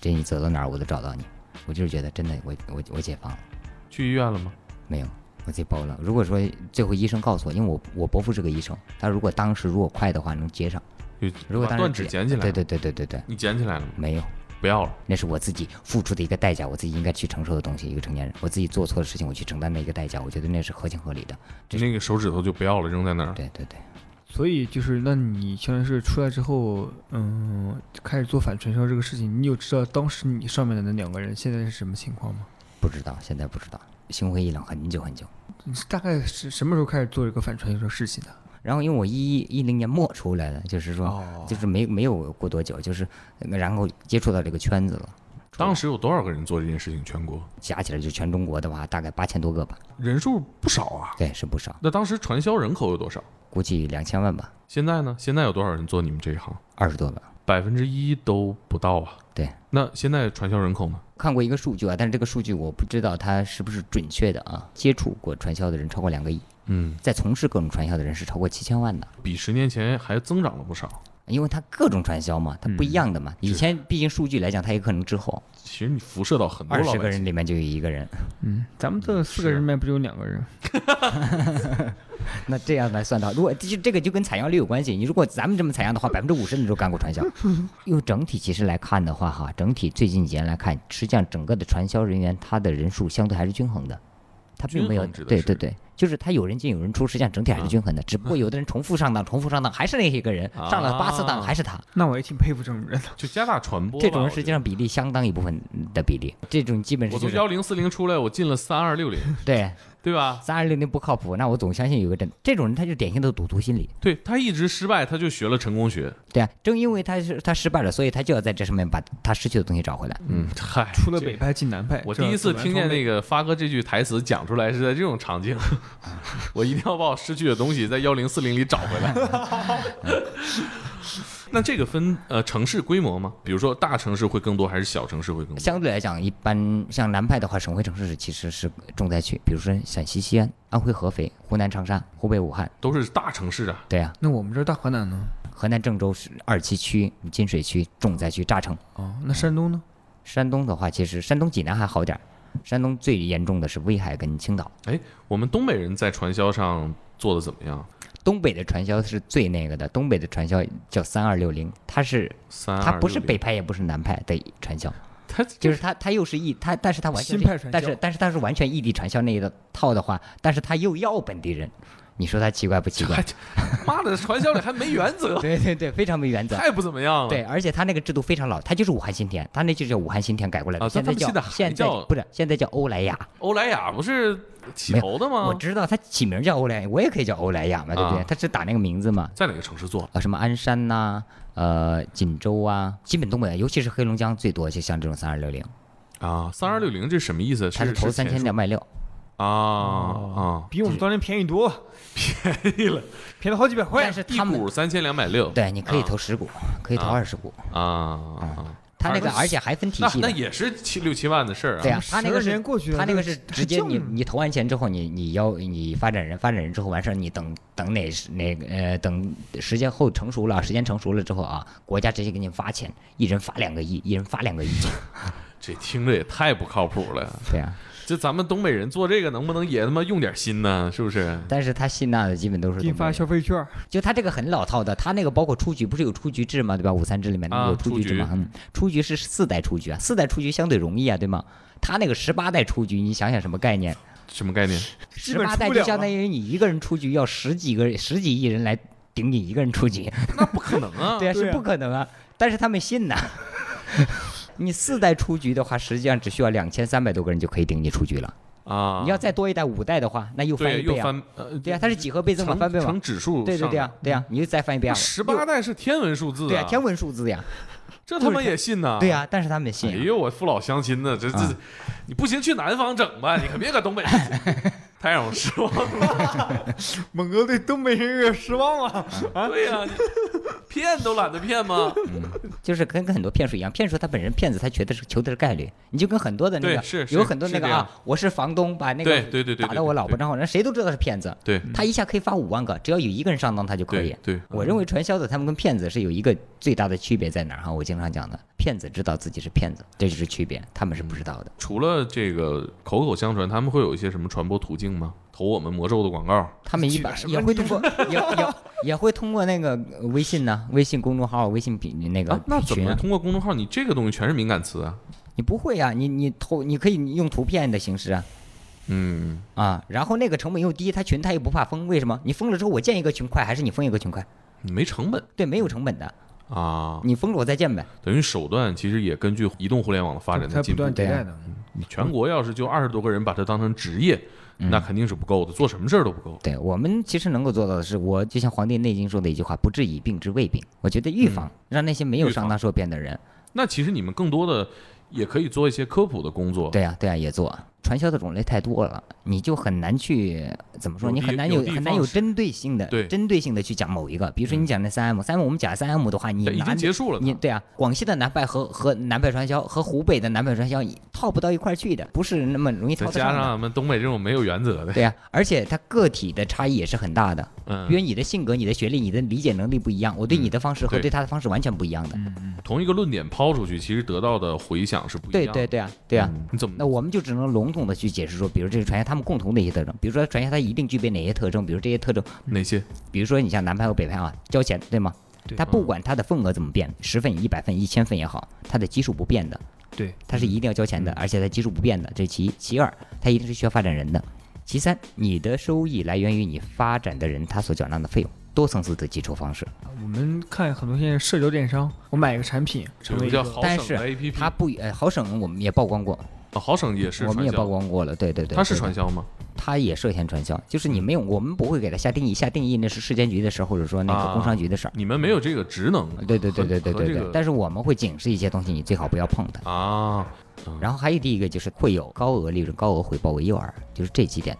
Speaker 2: 这你走到哪儿我都找到你。我就是觉得真的我我我解放了。
Speaker 1: 去医院了吗？
Speaker 2: 没有，我自己包了。如果说最后医生告诉我，因为我我伯父是个医生，他如果当时如果快的话能接上，
Speaker 1: 就
Speaker 2: 如果
Speaker 1: 把
Speaker 2: 当时
Speaker 1: 断指
Speaker 2: 解
Speaker 1: 捡起来了，
Speaker 2: 对对对对对对，
Speaker 1: 你捡起来了吗？
Speaker 2: 没有，
Speaker 1: 不要了，
Speaker 2: 那是我自己付出的一个代价，我自己应该去承受的东西。一个成年人，我自己做错的事情，我去承担的一个代价，我觉得那是合情合理的。
Speaker 1: 就那个手指头就不要了，扔在那儿。
Speaker 2: 对对对，
Speaker 4: 所以就是，那你相当于是出来之后，嗯，开始做反传销这个事情，你有知道当时你上面的那两个人现在是什么情况吗？
Speaker 2: 不知道，现在不知道，心灰意冷很久很久。
Speaker 4: 你是大概是什么时候开始做这个反传销的事情的？
Speaker 2: 然后因为我一一一零年末出来的，就是说，
Speaker 4: 哦
Speaker 2: 就是没没有过多久，就是然后接触到这个圈子了。
Speaker 1: 当时有多少个人做这件事情？全国
Speaker 2: 加起来就全中国的话，大概八千多个吧，
Speaker 1: 人数不少啊。
Speaker 2: 对，是不少，
Speaker 1: 那当时传销人口有多少？
Speaker 2: 估计两千万吧，
Speaker 1: 现在呢？现在有多少人做你们这一行？
Speaker 2: 二十多万。
Speaker 1: 百分之一都不到啊。
Speaker 2: 对。
Speaker 1: 那现在传销人口呢？
Speaker 2: 看过一个数据啊，但是这个数据我不知道它是不是准确的啊。接触过传销的人超过两个亿，
Speaker 1: 嗯，
Speaker 2: 在从事各种传销的人是超过七千万的，
Speaker 1: 比十年前还增长了不少。
Speaker 2: 因为它各种传销嘛，它不一样的嘛。
Speaker 1: 嗯
Speaker 2: 以
Speaker 1: 是
Speaker 2: 前毕竟数据来讲，它有可能之后
Speaker 1: 其实你辐射到很多
Speaker 2: 二
Speaker 1: 老
Speaker 2: 十个
Speaker 1: 百姓。
Speaker 2: 人里面就有一个人，
Speaker 4: 嗯，咱们这四个人里面不就有两个人？
Speaker 2: 那这样来算的话，如果这这个就跟采样率有关系。你如果咱们这么采
Speaker 1: 嗯
Speaker 2: 样的话，百分之五十的人都干 过传销。用整体其实来看的话，哈，整体最近几年来看，实际上整个的传销人员他的人数相对还是均衡的，他并没有
Speaker 1: 均衡指的
Speaker 2: 对
Speaker 1: 是啊
Speaker 2: 对对，就是他有人进有人出，实际上整体还是均衡的。只不过有的人重复上当，重复上当还是那一个人，
Speaker 1: 啊
Speaker 2: 上了八次当还是他。
Speaker 4: 那我也挺佩服这种 人的。
Speaker 1: 就加大传播吧。
Speaker 2: 这种人实际上比例相当一部分的比例，这种基本
Speaker 1: 我
Speaker 2: 上
Speaker 1: 觉得我从
Speaker 2: 就是
Speaker 1: 幺零四零出来，我进了三二六零，
Speaker 2: 对
Speaker 1: 对吧？
Speaker 2: 三二六零不靠谱。那我总相信有个真，这种人他就典型的赌徒心理。
Speaker 1: 对他一直失败，他就学了成功学。
Speaker 2: 对啊，正因为他是他失败了，所以他就要在这上面把他失去的东西找回来。
Speaker 1: 嗯，嗨，
Speaker 4: 出了
Speaker 1: 这
Speaker 4: 北派进南派，
Speaker 1: 我第一次听见那
Speaker 4: 个，
Speaker 1: 个发哥这句台词讲出来是在这种场景，我一定要把我失去的东西在幺零四零里找回来。那这个分呃城市规模吗？比如说大城市会更多还是小城市会更多？
Speaker 2: 相对来讲，一般像南派的话，省会城市是其实是重灾区，比如说陕西西安、安徽合肥、湖南长沙、湖北武汉。
Speaker 1: 都是大城市啊，
Speaker 2: 对啊，
Speaker 4: 那我们这儿大河南呢？
Speaker 2: 河南郑州是二七区、金水区重灾区，炸城。
Speaker 4: 哦，那山东呢？
Speaker 2: 山东的话，其实山东济南还好点儿，山东最严重的是威海跟青岛。
Speaker 1: 我们东北人在传销上做的怎么样？
Speaker 2: 东北的传销是最那个的，东北的传销叫三二六零，它是
Speaker 1: 三
Speaker 2: 它不是北，派也不是南派的传销，
Speaker 1: 他
Speaker 2: 就是 它它又是异它，但是它完全
Speaker 4: 新派传销
Speaker 2: 但是但是它是完全异地传销那一套的话，但是它又要本地人，你说它奇怪不奇怪？
Speaker 1: 妈的传销里还没原则，
Speaker 2: 对对 对，非常没原则。
Speaker 1: 太不怎么样了。
Speaker 2: 对，而且他那个制度非常老，他就是武汉新田，他那就叫武汉新田改过来的，
Speaker 1: 啊
Speaker 2: 现在
Speaker 1: 但他们现在
Speaker 2: 叫
Speaker 1: 还
Speaker 2: 现在
Speaker 1: 叫
Speaker 2: 不是现在叫欧莱雅。
Speaker 1: 欧莱雅不是起
Speaker 2: 没有
Speaker 1: 头的
Speaker 2: 我
Speaker 1: 吗？
Speaker 2: 知道他起名叫欧莱雅，我也可以叫欧莱雅嘛，对不对？
Speaker 1: 哦啊
Speaker 2: 他是打那个名字嘛，
Speaker 1: 在哪个城市做？
Speaker 2: 啊，什么鞍山呐、呃锦州啊，基本东北，尤其是黑龙江最多，就像这种三二六零，
Speaker 1: 啊，三二六零这什么意思？
Speaker 2: 它
Speaker 1: 是
Speaker 2: 投三千哦
Speaker 1: 两
Speaker 2: 两百六，
Speaker 1: 啊啊！
Speaker 4: 比我们当年便宜多了，便宜了，便宜了好几百块
Speaker 2: 但。是
Speaker 1: 一
Speaker 2: 他们
Speaker 1: 股三千两百六，
Speaker 2: 对你可以
Speaker 1: 啊
Speaker 2: 投十股，可以投
Speaker 1: 啊
Speaker 2: 二十股，
Speaker 1: 啊啊，
Speaker 2: 他那个
Speaker 1: 啊
Speaker 2: 而且还分体
Speaker 1: 那
Speaker 2: 系
Speaker 1: 那
Speaker 2: 的。
Speaker 1: 也是七六七万的事儿啊。
Speaker 2: 对呀、他那个
Speaker 4: 12
Speaker 2: 是
Speaker 4: 年过去了
Speaker 2: 他那个
Speaker 4: 这
Speaker 2: 是
Speaker 4: 这
Speaker 2: 直接
Speaker 4: 这
Speaker 2: 你
Speaker 4: 么
Speaker 2: 你投完钱之后，你你要你发展人，发展人之后完事儿，你等等哪时哪个呃等时间后成熟了，时间成熟了之后啊，国家直接给你发钱，一人发两个亿，一人发两个亿，
Speaker 1: 这听着也太不靠谱了呀。
Speaker 2: 对啊。
Speaker 1: 这咱们东北人做这个能不能也他妈用点心呢？是不是？
Speaker 2: 但是他吸纳的基本都是
Speaker 4: 印
Speaker 2: 东北
Speaker 4: 发
Speaker 2: 人
Speaker 4: 消费 券，
Speaker 2: 就他这个很老套的，他那个包括出局不是有出局制嘛，对吧？五三制里面
Speaker 1: 啊
Speaker 2: 有出局制嘛，
Speaker 1: 出
Speaker 2: 嗯，出局是四代出局啊，四代出局相对容易啊，对吗？他那个十八代出局，你想想什么概念？
Speaker 1: 什么概念？
Speaker 4: 基
Speaker 2: 十
Speaker 4: 本
Speaker 2: 八
Speaker 4: 出
Speaker 2: 代
Speaker 4: 不
Speaker 2: 就
Speaker 4: 了
Speaker 2: 相当
Speaker 4: 了
Speaker 2: 于你一个人出局，要十几个十几亿人来顶你一个人出局，
Speaker 1: 那不可能啊！
Speaker 2: 对啊，
Speaker 4: 对
Speaker 2: 是
Speaker 4: 啊
Speaker 2: 不可能啊。但是他们信呐， 你四代出局的话，实际上只需要两千三百多个人就可以顶你出局了。
Speaker 1: 啊，
Speaker 2: 你要再多一代五代的话，那又翻
Speaker 1: 对
Speaker 2: 一
Speaker 1: 又
Speaker 2: 倍啊。
Speaker 1: 翻呃
Speaker 2: 对啊，它是几何倍增嘛，
Speaker 1: 成
Speaker 2: 翻倍嘛
Speaker 1: 成。指数
Speaker 2: 对对对
Speaker 1: 呀
Speaker 2: 啊，，对啊，你就再翻一倍啊。
Speaker 1: 十八代是天文数字
Speaker 2: 对啊，天文数字呀。
Speaker 1: 这他妈也信呐？
Speaker 2: 对啊，但是他们信
Speaker 1: 哎
Speaker 2: 啊。
Speaker 1: 呦，我父老乡亲呢，这这，
Speaker 2: 啊
Speaker 1: 你不行去南方整吧，你可别搁东 北，太让我失望了。
Speaker 4: 猛哥对东北人也失望了。
Speaker 1: 对 呀、你骗都懒得骗吗？
Speaker 2: 嗯就是跟跟很多骗术一样，骗术他本人骗子他觉得是求的是概率，你就跟很多的那
Speaker 1: 对
Speaker 2: 个
Speaker 1: 是是
Speaker 2: 有很多那
Speaker 1: 是
Speaker 2: 个
Speaker 1: 这样
Speaker 2: 啊，我是房东把那个
Speaker 1: 对对对对对
Speaker 2: 打到我老婆
Speaker 1: 对
Speaker 2: 账户，人谁都知道是骗子，
Speaker 1: 对
Speaker 2: 他一下可以发五万个，只要有一个人上当他就可以
Speaker 1: 嗯
Speaker 2: 啊
Speaker 1: 对。嗯对，
Speaker 2: 我认为传销的他们跟骗子是有一个最大的区别在哪儿哈？我经常讲的，骗子知道自己是骗子，这就是区别，他们是不知道的。
Speaker 1: 除了这个口口相传，他们会有一些什么传播途径吗？投我们魔咒的广告，
Speaker 2: 他们一般也会通过也也也会通过那个呃微信呢、微信公众号、微信比那个
Speaker 1: 啊，那怎
Speaker 2: 群
Speaker 1: 么
Speaker 2: 啊，
Speaker 1: 通过公众号？你这个东西全是敏感词啊。
Speaker 2: 你不会啊？你你投你可以用图片的形式啊。
Speaker 1: 嗯，
Speaker 2: 啊，然后那个成本又低，他群他又不怕封，为什么？你封了之后，我建一个群快，还是你封一个群快？
Speaker 1: 你没成本
Speaker 2: 对，没有成本的，
Speaker 1: 啊，
Speaker 2: 你封了我再建呗。
Speaker 1: 等于手段其实也根据移动互联网的发展在
Speaker 4: 它不
Speaker 1: 进步
Speaker 4: 断。迭代的，
Speaker 1: 全国要是就二十多个人把它当成职业，
Speaker 2: 嗯
Speaker 1: 那肯定是不够的，做什么事儿都不够。
Speaker 2: 对我们其实能够做到的是，我就像《黄帝内经》说的一句话：“不治已病之未病。”我觉得预防，让那些没有
Speaker 1: 嗯预防
Speaker 2: 上当受骗的人，
Speaker 1: 那其实你们更多的也可以做一些科普的工作。
Speaker 2: 对啊，对啊，也做传销的种类太多了，你就很难去怎么说？
Speaker 1: 有
Speaker 2: 你很
Speaker 1: 的
Speaker 2: 难
Speaker 1: 有
Speaker 2: 有
Speaker 1: 的
Speaker 2: 很难
Speaker 1: 放
Speaker 2: 有
Speaker 1: 矢
Speaker 2: 针对性的
Speaker 1: 对嗯
Speaker 2: 针对性的去讲某一个，比如说你讲那三 M，三 M 我们讲三 M 的话，你
Speaker 1: 对，已
Speaker 2: 拿
Speaker 1: 经结束了呢。
Speaker 2: 你对啊，广西的南派和和南派传销和湖北的南派传销你套不到一块儿去的，不是那么容易套
Speaker 1: 再
Speaker 2: 得
Speaker 1: 加
Speaker 2: 上
Speaker 1: 上
Speaker 2: 的。
Speaker 1: 俺们东北这种没有原则的，
Speaker 2: 对啊，而且它个体的差异也是很大的，
Speaker 1: 嗯
Speaker 2: 因，为你的性格、你的学历、你的理解能力不一样，我对你的方式和
Speaker 1: 对嗯
Speaker 2: 对他的方式完全不一样的。
Speaker 1: 同一个论点抛出去，其实得到的回响是不一
Speaker 2: 对
Speaker 1: 样的。
Speaker 2: 对对啊，对啊。
Speaker 1: 嗯，你怎么
Speaker 2: 那我们就只能笼统的去解释说，比如这个传销他们共同的一些特征，比如说传销它一定具备哪些特征，比如这些特征，
Speaker 1: 哪些？
Speaker 2: 比如说你像南派和北派啊，交钱对吗？
Speaker 4: 对
Speaker 2: 它不管它的份额怎么变，十份、一百份、一千份也好，它的基数不变的。
Speaker 4: 对，
Speaker 2: 它是一定要交
Speaker 1: 嗯
Speaker 2: 钱的，而且它基数不变的，这是其一。其二，它一定是需要发展人的。其三，你的收益来源于你发展的人他所缴纳的费用，多层次的计酬方式，
Speaker 4: 我们看很多现在社交电商，我买个产品成
Speaker 1: 有
Speaker 4: 为
Speaker 1: 一
Speaker 4: 一
Speaker 1: 个叫
Speaker 4: 个
Speaker 1: 好
Speaker 2: 但
Speaker 1: 省的
Speaker 2: 是
Speaker 1: APP，
Speaker 2: 它不呃好省我们也曝光过，
Speaker 1: 哦好省也是
Speaker 2: 我们
Speaker 1: 传
Speaker 2: 也曝
Speaker 1: 销，
Speaker 2: 光过了，对对对，
Speaker 1: 它是
Speaker 2: 对
Speaker 1: 传，销嗯吗？
Speaker 2: 对它也涉嫌传销，就是你没有，我们不会给它下定义，下定义那是市监局的事儿，或者说那
Speaker 1: 啊
Speaker 2: 个工商局的事儿，
Speaker 1: 你们没有这个职能和。
Speaker 2: 对对对对对
Speaker 1: 和
Speaker 2: 对
Speaker 1: 这
Speaker 2: 对
Speaker 1: 个，
Speaker 2: 但是我们会警示一些东西，你最好不要碰它。
Speaker 1: 啊，
Speaker 2: 然后还有第一个就是会有高额利润、高额回报为诱饵，就是这几点，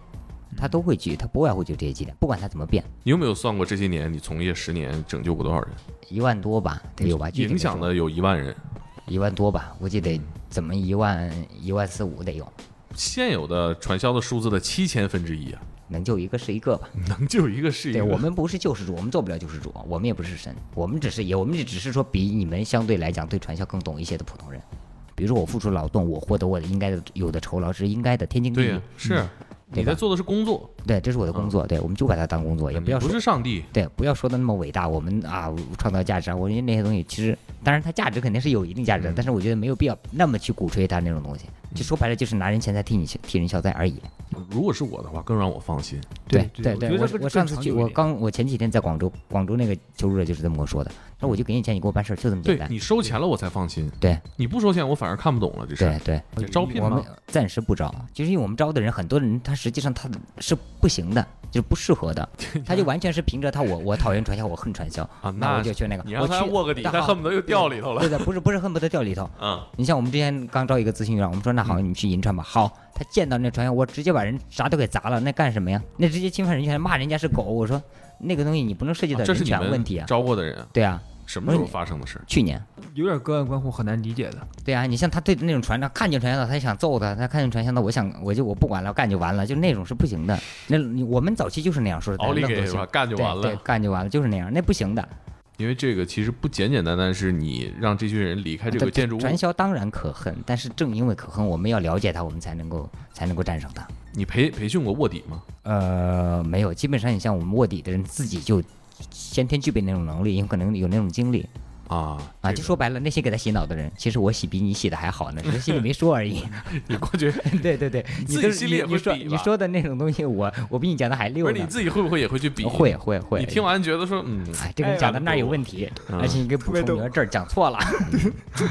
Speaker 1: 嗯
Speaker 2: 它都会去，它不外乎就这几点，不管它怎么变。
Speaker 1: 你有没有算过这些年你从业十年拯救过多少人？
Speaker 2: 一万多吧，得有吧？具体
Speaker 1: 影
Speaker 2: 没说
Speaker 1: 响嗯的有一万人。
Speaker 2: 一万多吧，估计得怎么一万一万四五得有，
Speaker 1: 现有的传销的数字的七千分之一啊，
Speaker 2: 能救一个是一个吧。
Speaker 1: 能救一个是一
Speaker 2: 对
Speaker 1: 个。
Speaker 2: 我们不是救世主，我们做不了救世主，我们也不是神，我们只是也我们只是说比你们相对来讲对传销更懂一些的普通人。比如说我付出劳动，我获得我的应该的有的酬劳是应该的，天经地
Speaker 1: 对呀、
Speaker 2: 义。
Speaker 1: 是啊你
Speaker 2: 嗯对
Speaker 1: 在
Speaker 2: 吧
Speaker 1: 做的是工作，
Speaker 2: 对，这是我的工作，对，我们就把它当工作，也不要
Speaker 1: 你
Speaker 2: 说
Speaker 1: 不是上帝。
Speaker 2: 对，不要说的那么伟大，我们啊创造价值啊，我觉得那些东西其实，当然它价值肯定是有一定价
Speaker 1: 嗯
Speaker 2: 值的，但是我觉得没有必要那么去鼓吹它那种东西，就说白了就是拿人钱财替你替人消灾而已。
Speaker 1: 如果是我的话，更让我放心。
Speaker 4: 对
Speaker 2: 对
Speaker 4: 我觉得
Speaker 2: 我
Speaker 4: 这个
Speaker 2: 我
Speaker 4: 更
Speaker 2: 上次
Speaker 4: 长
Speaker 2: 去，
Speaker 4: 久一
Speaker 2: 我
Speaker 4: 点
Speaker 2: 刚我前几天在广州，广州那个求助者就是这么跟我说的，他说我就给你钱，你给我办事儿，就这么简
Speaker 1: 对
Speaker 2: 单。
Speaker 1: 你收钱了，我才放心。
Speaker 2: 对
Speaker 1: 你不收钱，我反而看不懂了这事儿
Speaker 2: 对。对，
Speaker 4: 啊
Speaker 1: 也招聘
Speaker 2: 我们
Speaker 1: 吗？
Speaker 2: 暂时不招，就是因为我们招的人，很多人他实际上他是不行的，就是不适合的，他就完全是凭着他我我讨厌传销，我恨传销，
Speaker 1: 啊，
Speaker 2: 那我
Speaker 1: 那
Speaker 2: 就去那个，
Speaker 1: 你让他
Speaker 2: 我去
Speaker 1: 卧个底，
Speaker 2: 那
Speaker 1: 他
Speaker 2: 好
Speaker 1: 恨不得又掉里头了。
Speaker 2: 对的，不是不是恨不得掉里头。
Speaker 1: 嗯，
Speaker 2: 你像我们之前刚招一个咨询员，我们说那好，你去银川吧。好，他见到那传销，我直接把人啥都给砸了，那干什么呀？那直接侵犯人权，骂人家是狗。我说那个东西你不能涉及到
Speaker 1: 这
Speaker 2: 人
Speaker 1: 是你
Speaker 2: 权问
Speaker 1: 们
Speaker 2: 题啊。
Speaker 1: 招过的人，
Speaker 2: 对啊，
Speaker 1: 什么时候发生的事？
Speaker 2: 去年。
Speaker 4: 有点个案关乎，很难理解的。
Speaker 2: 对啊，你像他对着那种船长，看见传销的他想揍他，他看见传销的，我想我就我不管了，干就完了，就那种是不行的。那你我们早期就是那样，说实在
Speaker 1: 奥利
Speaker 2: 愣
Speaker 1: 给
Speaker 2: 都
Speaker 1: 是
Speaker 2: 行
Speaker 1: 吧？，干就
Speaker 2: 对
Speaker 1: 完
Speaker 2: 对
Speaker 1: 了。，
Speaker 2: 干就完了，就是那样，那不行的。
Speaker 1: 因为这个其实不简简单单是你让这群人离开这个建筑物，
Speaker 2: 啊传销当然可恨，但是正因为可恨，我们要了解它，我们才能够才能够战胜它。
Speaker 1: 你培培训过卧底吗？
Speaker 2: 呃，没有，基本上你像我们卧底的人自己就先天具备那种能力，有可能有那种经历，
Speaker 1: 啊
Speaker 2: 啊，就说白了，那些给他洗脑的人，其实我洗比你洗的还好 呢，只是心里没说而已。
Speaker 1: 你过 去
Speaker 2: 对 对对，你
Speaker 1: 自己
Speaker 2: 都
Speaker 1: 心
Speaker 2: 是
Speaker 1: 里也
Speaker 2: 你
Speaker 1: 会
Speaker 2: 你说
Speaker 1: 比
Speaker 2: 你
Speaker 1: 吧
Speaker 2: 说的那种东西，我我比你讲的还溜
Speaker 1: 不是你
Speaker 2: 呢。
Speaker 1: 自己会不会也会去比？
Speaker 2: 会会会，
Speaker 1: 你听完觉得说，嗯，
Speaker 2: 哎，这个人讲的那儿有问题，
Speaker 1: 嗯
Speaker 2: 而且你给补充，
Speaker 4: 别逗
Speaker 2: 你说这儿讲错了，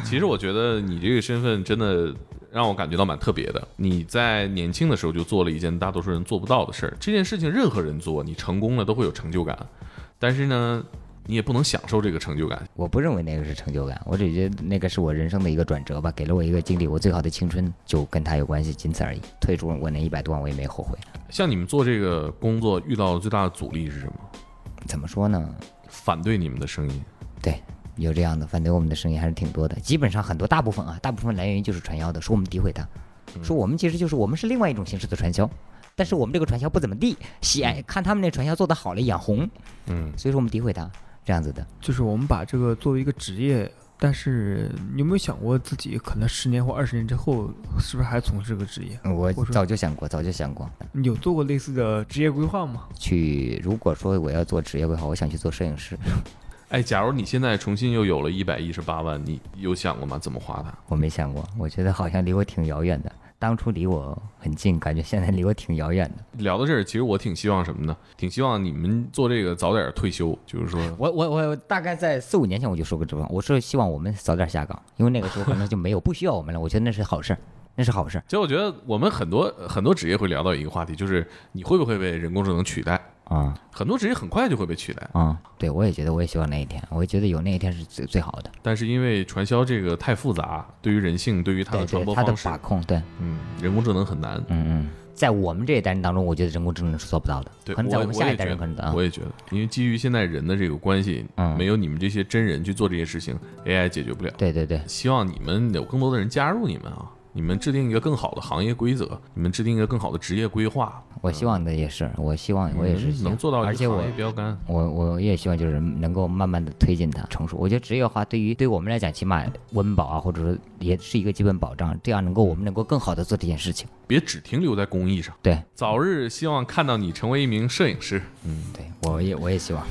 Speaker 1: 其实我觉得你这个身份真的让我感觉到蛮特别的。你在年轻的时候就做了一件大多数人做不到的事儿，这件事情任何人做，你成功了都会有成就感，但是呢，你也不能享受这个成就感。
Speaker 2: 我不认为那个是成就感，我只觉得那个是我人生的一个转折吧，给了我一个经历，我最好的青春就跟他有关系，仅此而已。退出我那一百多万，我也没后悔。
Speaker 1: 像你们做这个工作遇到的最大的阻力是什么？
Speaker 2: 怎么说呢？
Speaker 1: 反对你们的声音。
Speaker 2: 对，有这样的反对我们的声音还是挺多的。基本上很多，大部分啊，大部分来源于就是传销的，说我们诋毁他，说我们其实就是我们是另外一种形式的传销，但是我们这个传销不怎么地，喜爱看他们那传销做得好了眼红，
Speaker 1: 嗯，
Speaker 2: 所以说我们诋毁他这样子的。
Speaker 4: 就是我们把这个作为一个职业，但是你有没有想过自己可能十年或二十年之后是不是还从事这个职业？
Speaker 2: 嗯我
Speaker 4: 我说
Speaker 2: 早就想过，早就想过
Speaker 4: 你有做过类似的职业规划吗？
Speaker 2: 去。如果说我要做职业规划，我想去做摄影师。
Speaker 1: 哎，假如你现在重新又有了一百一十八万，你有想过吗？怎么花它？
Speaker 2: 我没想过，我觉得好像离我挺遥远的。当初离我很近，感觉现在离我挺遥远的。
Speaker 1: 聊到这儿，其实我挺希望什么呢？挺希望你们做这个早点退休，就是说，
Speaker 2: 我我我大概在四五年前我就说过这番话，我是希望我们早点下岗，因为那个时候可能就没有不需要我们了。我觉得那是好事，那是好事。
Speaker 1: 其实我觉得我们很多很多职业会聊到一个话题，就是你会不会被人工智能取代？
Speaker 2: 啊
Speaker 1: 很多职业很快就会被取代，
Speaker 2: 啊、对我也觉得，我也希望那一天，我也觉得有那一天是最最好的。
Speaker 1: 但是因为传销这个太复杂，对于人性，对于它
Speaker 2: 对
Speaker 1: 的传
Speaker 2: 对，
Speaker 1: 播
Speaker 2: 他的
Speaker 1: 方式
Speaker 2: 把，控，对，
Speaker 1: 嗯，人工智能很难。
Speaker 2: 嗯嗯，在我们这一代人当中，我觉得人工智能是做不到的，
Speaker 1: 对，
Speaker 2: 可能在
Speaker 1: 我
Speaker 2: 们
Speaker 1: 也
Speaker 2: 下
Speaker 1: 也
Speaker 2: 一代
Speaker 1: 觉
Speaker 2: 人
Speaker 1: 得
Speaker 2: 可能啊
Speaker 1: 我也觉得，因为基于现在人的这个关系，
Speaker 2: 嗯
Speaker 1: 没有你们这些真人去做这些事情，AI 解决不了。
Speaker 2: 对对对，
Speaker 1: 希望你们有更多的人加入你们啊！你们制定一个更好的行业规则，你们制定一个更好的职业规划。
Speaker 2: 我希望的也是，我希望哎我也是
Speaker 1: 嗯
Speaker 2: 希望
Speaker 1: 能做到
Speaker 2: 而
Speaker 1: 一
Speaker 2: 且
Speaker 1: 个
Speaker 2: 我
Speaker 1: 行业标杆。
Speaker 2: 我我也希望就是能够慢慢的推进它成熟。我觉得职业化对于对我们来讲，起码温饱啊，或者说也是一个基本保障，这样能够我们能够更好的做这件事情。
Speaker 1: 别只停留在公益上，
Speaker 2: 对
Speaker 1: 早日希望看到你成为一名摄影师。
Speaker 2: 对，我也我也希望。